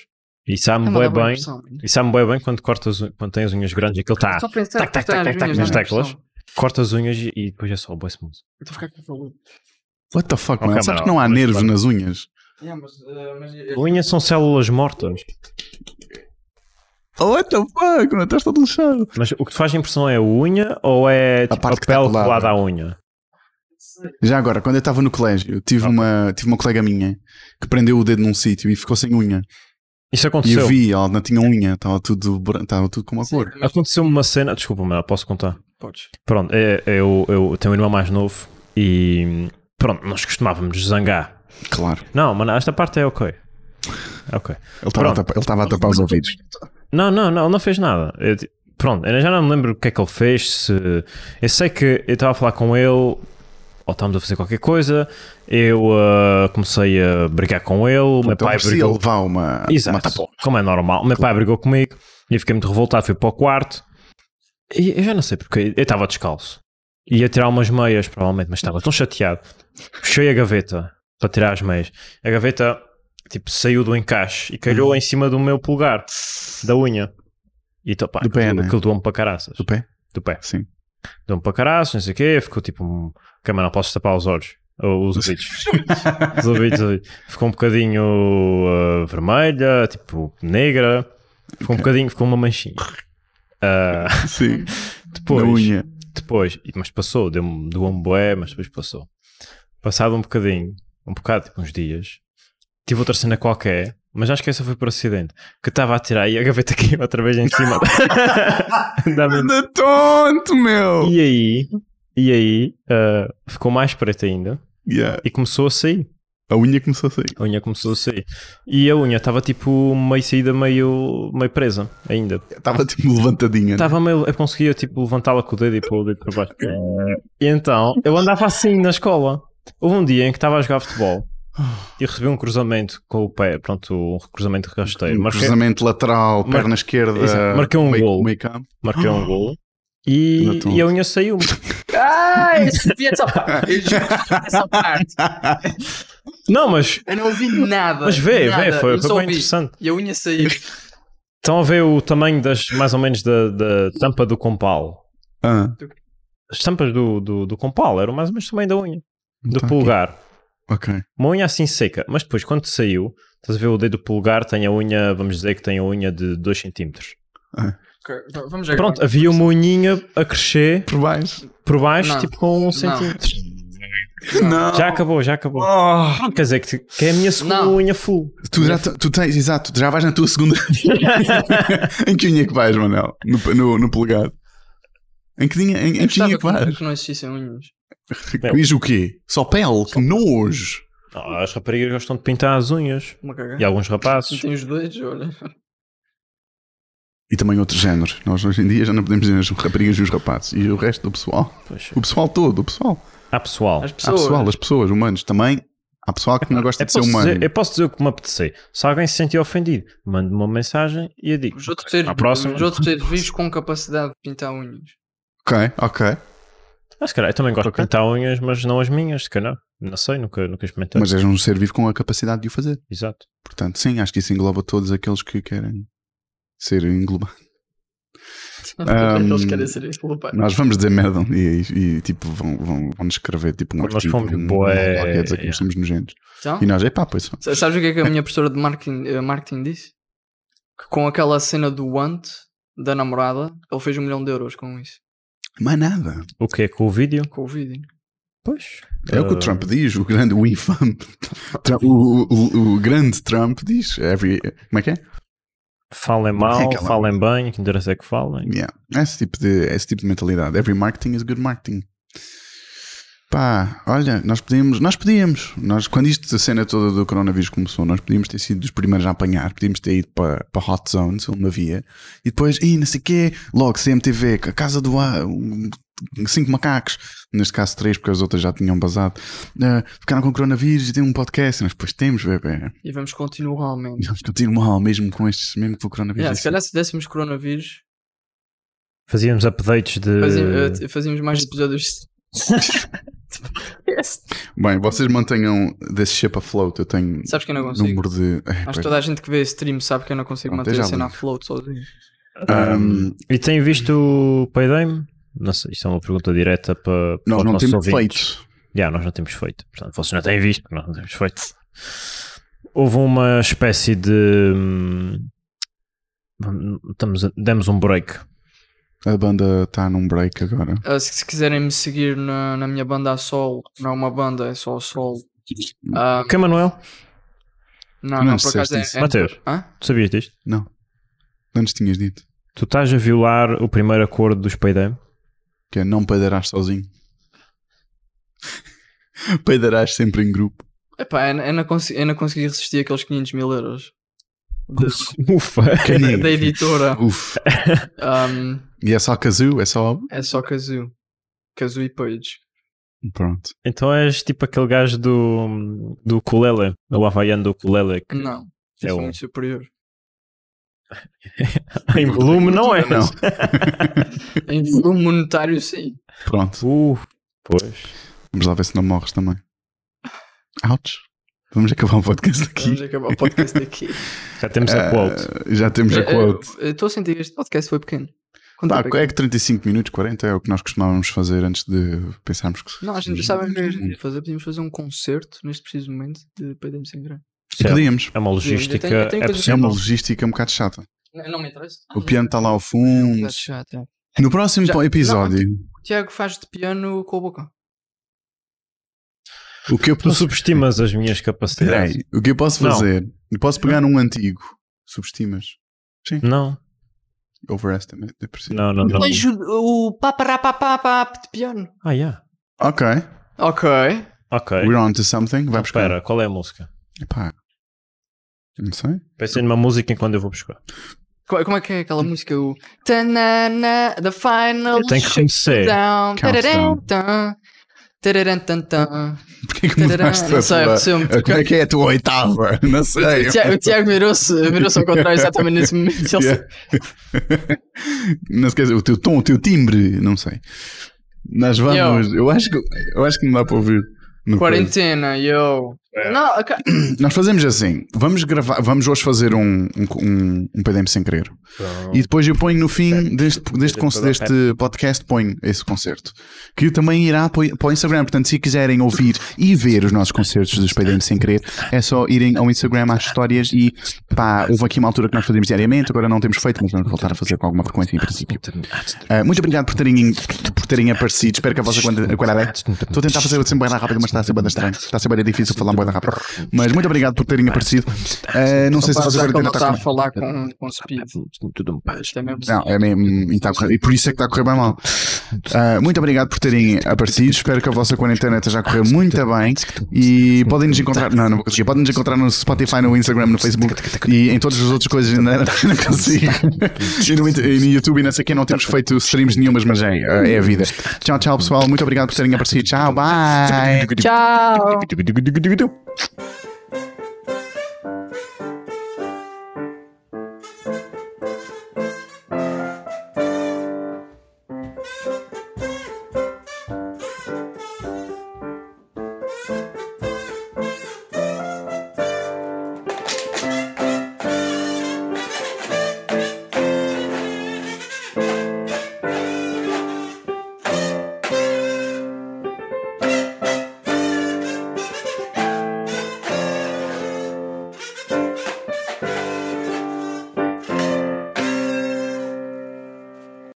[SPEAKER 4] E
[SPEAKER 2] É
[SPEAKER 4] sabe-me bem, bem, e sabe-me bué bem quando, cortas, quando tem as unhas grandes e aquilo está.
[SPEAKER 2] Só pensar
[SPEAKER 4] Ah. Tac, tac, tac,
[SPEAKER 2] cortar as
[SPEAKER 4] tac, tac,
[SPEAKER 2] unhas,
[SPEAKER 4] nas
[SPEAKER 2] não é
[SPEAKER 4] teclas.
[SPEAKER 2] impressão.
[SPEAKER 4] Corta as unhas e, e depois é só o boy smooth.
[SPEAKER 2] Eu Estou a ficar com calor.
[SPEAKER 3] What the fuck,
[SPEAKER 4] Ok,
[SPEAKER 3] mano? Sabes
[SPEAKER 4] mano,
[SPEAKER 3] que não há
[SPEAKER 4] mas
[SPEAKER 3] nervos
[SPEAKER 4] claro.
[SPEAKER 3] nas unhas?
[SPEAKER 2] Yeah, mas, uh, mas-
[SPEAKER 4] Unhas são células mortas.
[SPEAKER 3] Oh, What the fuck, mano? Estás todo lixado.
[SPEAKER 4] Mas o que te faz impressão é a unha ou é tipo, a,
[SPEAKER 3] parte que tá
[SPEAKER 4] pele
[SPEAKER 3] colada.
[SPEAKER 4] colada à unha?
[SPEAKER 3] Já agora, quando eu estava no colégio, tive,
[SPEAKER 4] Ok.
[SPEAKER 3] uma, tive uma colega minha que prendeu o dedo num sítio e ficou sem unha. E
[SPEAKER 4] Isso
[SPEAKER 3] eu
[SPEAKER 4] aconteceu.
[SPEAKER 3] vi, ela não tinha unha, estava tudo, bran- estava tudo com uma cor.
[SPEAKER 2] mas-
[SPEAKER 4] Aconteceu-me uma cena. Desculpa, mas posso contar?
[SPEAKER 2] Podes.
[SPEAKER 4] Pronto, é- eu, eu tenho um irmão mais novo e pronto, nós costumávamos zangar.
[SPEAKER 3] Claro.
[SPEAKER 4] Não, mano, esta parte é ok. É Ok.
[SPEAKER 3] Ele estava a
[SPEAKER 4] Pronto.
[SPEAKER 3] tapar- ele estava a tapar os ouvidos.
[SPEAKER 4] Não, não, não, ele não fez nada. Eu ti- pronto, eu já não me lembro o que é que ele fez. Se, eu sei que eu estava a falar com ele, ou estávamos a fazer qualquer coisa. Eu ah, comecei a brigar com ele. o meu
[SPEAKER 3] Então
[SPEAKER 4] pai
[SPEAKER 3] precisa
[SPEAKER 4] brigou.
[SPEAKER 3] levar uma, uma
[SPEAKER 4] Exato.
[SPEAKER 3] tapona.
[SPEAKER 4] Como é normal. Meu pai brigou comigo e eu fiquei muito revoltado. Fui para o quarto e eu já não sei porque. Eu estava descalço. Ia tirar umas meias, provavelmente, mas estava tão chateado. Puxei a gaveta para tirar as meias. A gaveta, tipo, saiu do encaixe e calhou
[SPEAKER 3] Uhum.
[SPEAKER 4] em cima do meu polegar, da unha. E então, pá,
[SPEAKER 3] Do pé,
[SPEAKER 4] aquilo,
[SPEAKER 3] né?
[SPEAKER 4] aquilo doou-me para caraças.
[SPEAKER 3] Do pé?
[SPEAKER 4] Do pé.
[SPEAKER 3] Sim.
[SPEAKER 4] Deu-me para caraças, não sei o quê. Ficou tipo, um... câmara, não posso tapar os olhos. Ou os ouvidos. Os ouvidos, os ouvidos. Ficou um bocadinho ah, vermelha, tipo negra. Ficou um bocadinho, ficou uma manchinha. Ah,
[SPEAKER 3] Sim.
[SPEAKER 4] depois,
[SPEAKER 3] Na unha.
[SPEAKER 4] depois, e- mas passou, deu-me deu um boé, mas depois passou. Passado um bocadinho, um bocado, tipo uns dias, tive outra cena qualquer, mas acho que essa foi por acidente, que estava a tirar e a gaveta caiu outra vez em cima da- da minha
[SPEAKER 3] Anda tonto, meu!
[SPEAKER 4] e aí, e aí, ah, ficou mais preta ainda
[SPEAKER 3] Yeah.
[SPEAKER 4] e começou a sair.
[SPEAKER 3] A unha começou a sair.
[SPEAKER 4] A unha começou a sair. E a unha estava tipo meio saída, meio, meio presa ainda.
[SPEAKER 3] Estava tipo levantadinha.
[SPEAKER 4] Estava meio. Eu conseguia tipo levantá-la com o dedo e pôr o dedo para baixo. E então, eu andava assim na escola. Houve um dia em que estava a jogar futebol e recebi um cruzamento com o pé, pronto, um cruzamento rasteiro.
[SPEAKER 3] Um
[SPEAKER 4] Marquei,
[SPEAKER 3] cruzamento lateral,
[SPEAKER 4] Mar-
[SPEAKER 3] perna esquerda.
[SPEAKER 4] Exato. Marquei um
[SPEAKER 3] meio,
[SPEAKER 4] golo.
[SPEAKER 3] Meio campo.
[SPEAKER 4] marquei um gol e,
[SPEAKER 3] Natal.
[SPEAKER 4] e a unha saiu-me.
[SPEAKER 2] Ah, eu sabia essa parte. Eu juro que sabia essa parte.
[SPEAKER 4] Não, mas,
[SPEAKER 2] Eu não ouvi nada.
[SPEAKER 4] mas vê,
[SPEAKER 2] nada.
[SPEAKER 4] vê, foi,
[SPEAKER 2] Eu
[SPEAKER 4] foi
[SPEAKER 2] só
[SPEAKER 4] bem
[SPEAKER 2] ouvi.
[SPEAKER 4] interessante.
[SPEAKER 2] E a unha saiu.
[SPEAKER 4] Estão a ver o tamanho das, mais ou menos da, da tampa do compal.
[SPEAKER 3] Ah,
[SPEAKER 4] As tampas do, do, do compal eram mais ou menos o tamanho da unha, do
[SPEAKER 3] Então,
[SPEAKER 4] polegar.
[SPEAKER 3] ok.
[SPEAKER 4] Uma unha assim seca, mas depois quando saiu, estás a ver o dedo do polegar, tem a unha, vamos dizer que tem a unha de 2 cm.
[SPEAKER 2] Ok, v- Vamos agora.
[SPEAKER 4] Pronto, havia uma unhinha a crescer
[SPEAKER 3] Por baixo.
[SPEAKER 4] por baixo,
[SPEAKER 2] Não.
[SPEAKER 4] tipo com 1 um cm.
[SPEAKER 3] Não.
[SPEAKER 4] Já acabou, já acabou.
[SPEAKER 3] Oh.
[SPEAKER 4] Pronto, quer dizer que, que é a minha segunda
[SPEAKER 2] Não.
[SPEAKER 4] unha full.
[SPEAKER 3] Tu já te- tu tens, exato, tu já vais na tua segunda. em que unha que vais, Manel? No, no, no polegado. Em que unha, em, em
[SPEAKER 2] Eu
[SPEAKER 3] que
[SPEAKER 2] gostava
[SPEAKER 3] unha que
[SPEAKER 2] que,
[SPEAKER 3] vais?
[SPEAKER 2] que não existissem unhas.
[SPEAKER 3] Diz o quê? Só pele? Que nojo!
[SPEAKER 4] Não, Ah, as raparigas gostam de pintar as unhas.
[SPEAKER 2] Uma cagada.
[SPEAKER 4] E alguns rapazes.
[SPEAKER 2] Tem os dois, olha.
[SPEAKER 3] E também outros géneros. Nós hoje em dia já não podemos dizer as raparigas e os rapazes. E o resto do pessoal.
[SPEAKER 4] Poxa.
[SPEAKER 3] O pessoal todo, o pessoal.
[SPEAKER 4] Há pessoal.
[SPEAKER 2] As
[SPEAKER 3] Há
[SPEAKER 2] pessoas.
[SPEAKER 3] pessoal, as pessoas, humanos também. Há pessoal que não gosta
[SPEAKER 4] Eu
[SPEAKER 3] de ser
[SPEAKER 4] É posso,
[SPEAKER 3] humano.
[SPEAKER 4] dizer, eu posso dizer o que me apetecer. Se alguém se sentir ofendido, manda uma mensagem e eu digo.
[SPEAKER 2] Os outros seres,
[SPEAKER 4] à próxima.
[SPEAKER 2] os outros seres vivos com capacidade de pintar unhas.
[SPEAKER 3] Ok, ok.
[SPEAKER 4] Ah, se calhar, eu também gosto
[SPEAKER 3] Ok.
[SPEAKER 4] de pintar unhas, mas não as minhas, se calhar. Não sei, nunca, nunca experimentei.
[SPEAKER 3] Mas és um ser vivo com a capacidade de o fazer.
[SPEAKER 4] Exato.
[SPEAKER 3] Portanto, sim, acho que isso engloba todos aqueles que querem ser englobados. Ahm,
[SPEAKER 2] Eles querem ser esculpados.
[SPEAKER 3] Nós vamos dizer merda um e, e, tipo, vão, vão, vão nos escrever tipo, um
[SPEAKER 4] Nós
[SPEAKER 3] artigo,
[SPEAKER 4] fomos
[SPEAKER 3] um, um
[SPEAKER 4] bué,
[SPEAKER 3] blog a dizer que
[SPEAKER 4] yeah.
[SPEAKER 3] nós somos nojentos.
[SPEAKER 2] Então,
[SPEAKER 3] E nós, epá, pois são.
[SPEAKER 2] sa- sabes o que é que a minha professora de marketing, eh, marketing disse? Que com aquela cena do want da namorada, ele fez um milhão de euros com isso.
[SPEAKER 3] Mais nada.
[SPEAKER 4] O que é com o vídeo?
[SPEAKER 2] Com o vídeo.
[SPEAKER 4] Pois.
[SPEAKER 3] É o que o
[SPEAKER 4] Ah,
[SPEAKER 3] Trump diz, o grande, o infame. Trump- o, o- o grande Trump diz. Every, como é que é?
[SPEAKER 4] Falem mal,
[SPEAKER 3] É aquela-
[SPEAKER 4] falem bem, que interessa é que falem.
[SPEAKER 3] Yeah. Esse, tipo de, esse tipo de mentalidade. Every marketing is good marketing. Pá, olha, nós podíamos, nós podíamos, nós, quando isto, a cena toda do coronavírus começou, nós podíamos ter sido dos primeiros a apanhar, podíamos ter ido para, para Hot Zone, se não havia, e depois, e não sei o quê, logo CMTV, a casa do ar, um- cinco macacos, neste caso três, porque as outras já tinham basado, eh, ficaram com coronavírus e têm um podcast, nós depois temos, bebê,
[SPEAKER 2] E vamos continuar, man.
[SPEAKER 3] vamos continuar mesmo com estes, mesmo com o coronavírus.
[SPEAKER 2] Yeah, se calhar se dessemos coronavírus,
[SPEAKER 4] Fazíamos updates de.
[SPEAKER 2] fazi- eh, fazíamos mais episódios.
[SPEAKER 3] Bem, vocês mantenham this ship afloat, eu tenho
[SPEAKER 2] Sabes que eu não consigo.
[SPEAKER 3] número de. É,
[SPEAKER 2] Acho
[SPEAKER 3] pois.
[SPEAKER 2] que toda a gente que vê stream sabe que eu não consigo
[SPEAKER 3] Não,
[SPEAKER 2] manter
[SPEAKER 3] esteja
[SPEAKER 2] a cena
[SPEAKER 3] ali.
[SPEAKER 2] afloat sozinho.
[SPEAKER 3] Ahm,
[SPEAKER 4] E tem visto o Paydame? Não sei, isto é uma pergunta direta para. para
[SPEAKER 3] nós
[SPEAKER 4] os
[SPEAKER 3] não
[SPEAKER 4] nossos
[SPEAKER 3] temos
[SPEAKER 4] ouvintes.
[SPEAKER 3] feito.
[SPEAKER 4] Já, nós não temos feito. Portanto, vocês não têm visto, nós não temos feito. Houve uma espécie de. hum, Estamos a- demos um break.
[SPEAKER 3] A banda está num break agora.
[SPEAKER 2] Uh, se, se quiserem me seguir na, na minha banda a solo, não é uma banda, é só solo. Ah,
[SPEAKER 4] Ok, Manuel?
[SPEAKER 2] não,
[SPEAKER 3] Não
[SPEAKER 2] não, por
[SPEAKER 3] disseste
[SPEAKER 2] acaso é.
[SPEAKER 3] isso.
[SPEAKER 2] é-
[SPEAKER 4] Mateus.
[SPEAKER 2] Hã?
[SPEAKER 4] Tu sabias disto?
[SPEAKER 3] Não. Não nos tinhas dito.
[SPEAKER 4] Tu estás a violar o primeiro acordo dos Paydame
[SPEAKER 3] que é não peidarás sozinho. peidarás sempre em grupo.
[SPEAKER 2] Epá, é eu, eu, não consegui, eu não consegui resistir aqueles 500 mil euros da,
[SPEAKER 4] Ufa.
[SPEAKER 3] Quem é?
[SPEAKER 2] da editora.
[SPEAKER 3] Uf.
[SPEAKER 2] Um,
[SPEAKER 3] E é só Kazoo, é só.
[SPEAKER 2] é só Kazoo. Kazoo e Page.
[SPEAKER 3] Pronto.
[SPEAKER 4] Então és tipo aquele gajo do, do ukulele, o havaiano do ukulele. que-
[SPEAKER 2] Não,
[SPEAKER 4] É
[SPEAKER 2] é
[SPEAKER 4] um.
[SPEAKER 2] muito superior.
[SPEAKER 4] Em volume não é.
[SPEAKER 3] Não.
[SPEAKER 2] Em volume monetário, sim.
[SPEAKER 3] Pronto.
[SPEAKER 4] Uh, pois.
[SPEAKER 3] Vamos lá ver se não morres também. Ouch. Vamos acabar o podcast
[SPEAKER 2] Vamos
[SPEAKER 3] aqui.
[SPEAKER 2] acabar o podcast aqui.
[SPEAKER 4] Já temos a quote.
[SPEAKER 3] Eh, já
[SPEAKER 2] É,
[SPEAKER 3] temos a quote.
[SPEAKER 2] Estou a sentir que este podcast foi pequeno. Quanto
[SPEAKER 3] Pá,
[SPEAKER 2] tempo é
[SPEAKER 3] é que 35 minutos, 40 é o que nós costumávamos fazer antes de pensarmos que.
[SPEAKER 2] que- Não, a gente
[SPEAKER 3] Uhum.
[SPEAKER 2] sabemos o que a gente podia fazer. Podíamos fazer um concerto neste preciso momento de Pedimos Sem Grana.
[SPEAKER 3] E Podíamos.
[SPEAKER 4] É uma logística.
[SPEAKER 2] Eu tenho- eu tenho
[SPEAKER 4] é
[SPEAKER 2] coisas-
[SPEAKER 3] É
[SPEAKER 4] possível.
[SPEAKER 3] uma logística um bocado chata.
[SPEAKER 2] Não, não me interessa.
[SPEAKER 3] O piano está lá ao fundo.
[SPEAKER 2] Tá chato, é.
[SPEAKER 3] No próximo
[SPEAKER 2] Já-
[SPEAKER 3] po- episódio,
[SPEAKER 2] O Tiago faz de piano com a boca.
[SPEAKER 3] o que eu
[SPEAKER 4] Tu
[SPEAKER 3] posso.
[SPEAKER 4] subestimas as minhas capacidades.
[SPEAKER 3] Peraí, o que eu posso
[SPEAKER 4] Não.
[SPEAKER 3] fazer? Eu posso pegar num antigo. Subestimas.
[SPEAKER 4] Não,
[SPEAKER 3] Overestimate. depreciate.
[SPEAKER 4] não, não. não.
[SPEAKER 2] Anjo, o paparapapapap de piano.
[SPEAKER 4] Ah, yeah.
[SPEAKER 3] Ok.
[SPEAKER 2] Ok.
[SPEAKER 4] Ok.
[SPEAKER 3] We're on to something. Vai buscar.
[SPEAKER 4] Espera, qual é a música?
[SPEAKER 3] Epá. Não sei.
[SPEAKER 4] Pensei numa música enquanto eu vou buscar.
[SPEAKER 2] Co- Como é que é aquela música? O. Tanana, the final.
[SPEAKER 4] Tem que conhecer.
[SPEAKER 2] shutdown.
[SPEAKER 3] Countdown.
[SPEAKER 2] Tararam-tan, tararam-tan-tan.
[SPEAKER 3] Porquê que mudaste
[SPEAKER 2] Não
[SPEAKER 3] a
[SPEAKER 2] sei,
[SPEAKER 3] tua...
[SPEAKER 2] aconteceu-me.
[SPEAKER 3] a- Como é que é a tua oitava? Não sei.
[SPEAKER 2] O Tiago- O Tiago virou-se virou ao contrário exatamente nesse momento. Ele-
[SPEAKER 3] Yeah. não se quer dizer, o teu tom, o teu timbre, não sei. Nós vamos. Eu acho que, eu acho que não dá para ouvir. no coisa.
[SPEAKER 2] Quarentena, yo.
[SPEAKER 3] É.
[SPEAKER 2] Não, a ca-
[SPEAKER 3] Nós fazemos assim: vamos gravar, vamos hoje fazer um, um, um, um PDM sem querer. E depois eu ponho no fim deste, deste, con- deste podcast, ponho esse concerto. Que também irá para o- para o Instagram. Portanto, se quiserem ouvir e ver os nossos concertos dos PDM sem querer, é só irem ao Instagram às histórias e pá, houve aqui uma altura que nós fazíamos diariamente, agora não temos feito, mas vamos voltar a fazer com alguma frequência em princípio. Ah, muito obrigado por terem, por terem aparecido. Espero que a vossa quanta- qualidade. Estou a tentar fazer sempre bem rápido, mas está a ser bem estranho. Está a ser bem difícil falar bem rápido. Mas muito obrigado por terem aparecido. Ah, não sei se a
[SPEAKER 2] Pá,
[SPEAKER 3] vossa
[SPEAKER 2] já que é ele
[SPEAKER 3] quarentena
[SPEAKER 2] não
[SPEAKER 3] está
[SPEAKER 2] está
[SPEAKER 3] com. É. um
[SPEAKER 2] a falar com, um, com speed.
[SPEAKER 5] Tudo paz.
[SPEAKER 2] Isto é mesmo.
[SPEAKER 3] Não, é mesmo. E, tá a correr- e por isso é que está a correr bem mal. Ah, muito obrigado por terem aparecido. Espero que a vossa quarentena esteja a correr muito bem. E podem nos encontrar. Não, não vou conseguir. Podem nos encontrar no Spotify, no Instagram, no Facebook e em todas as outras coisas. Ainda não, não consigo. E no, e no YouTube e nessa aqui não temos feito streams nenhumas, mas é, é a vida. Tchau, tchau, pessoal. Muito obrigado por terem aparecido. Tchau, bye.
[SPEAKER 2] Tchau!
[SPEAKER 5] Tchau.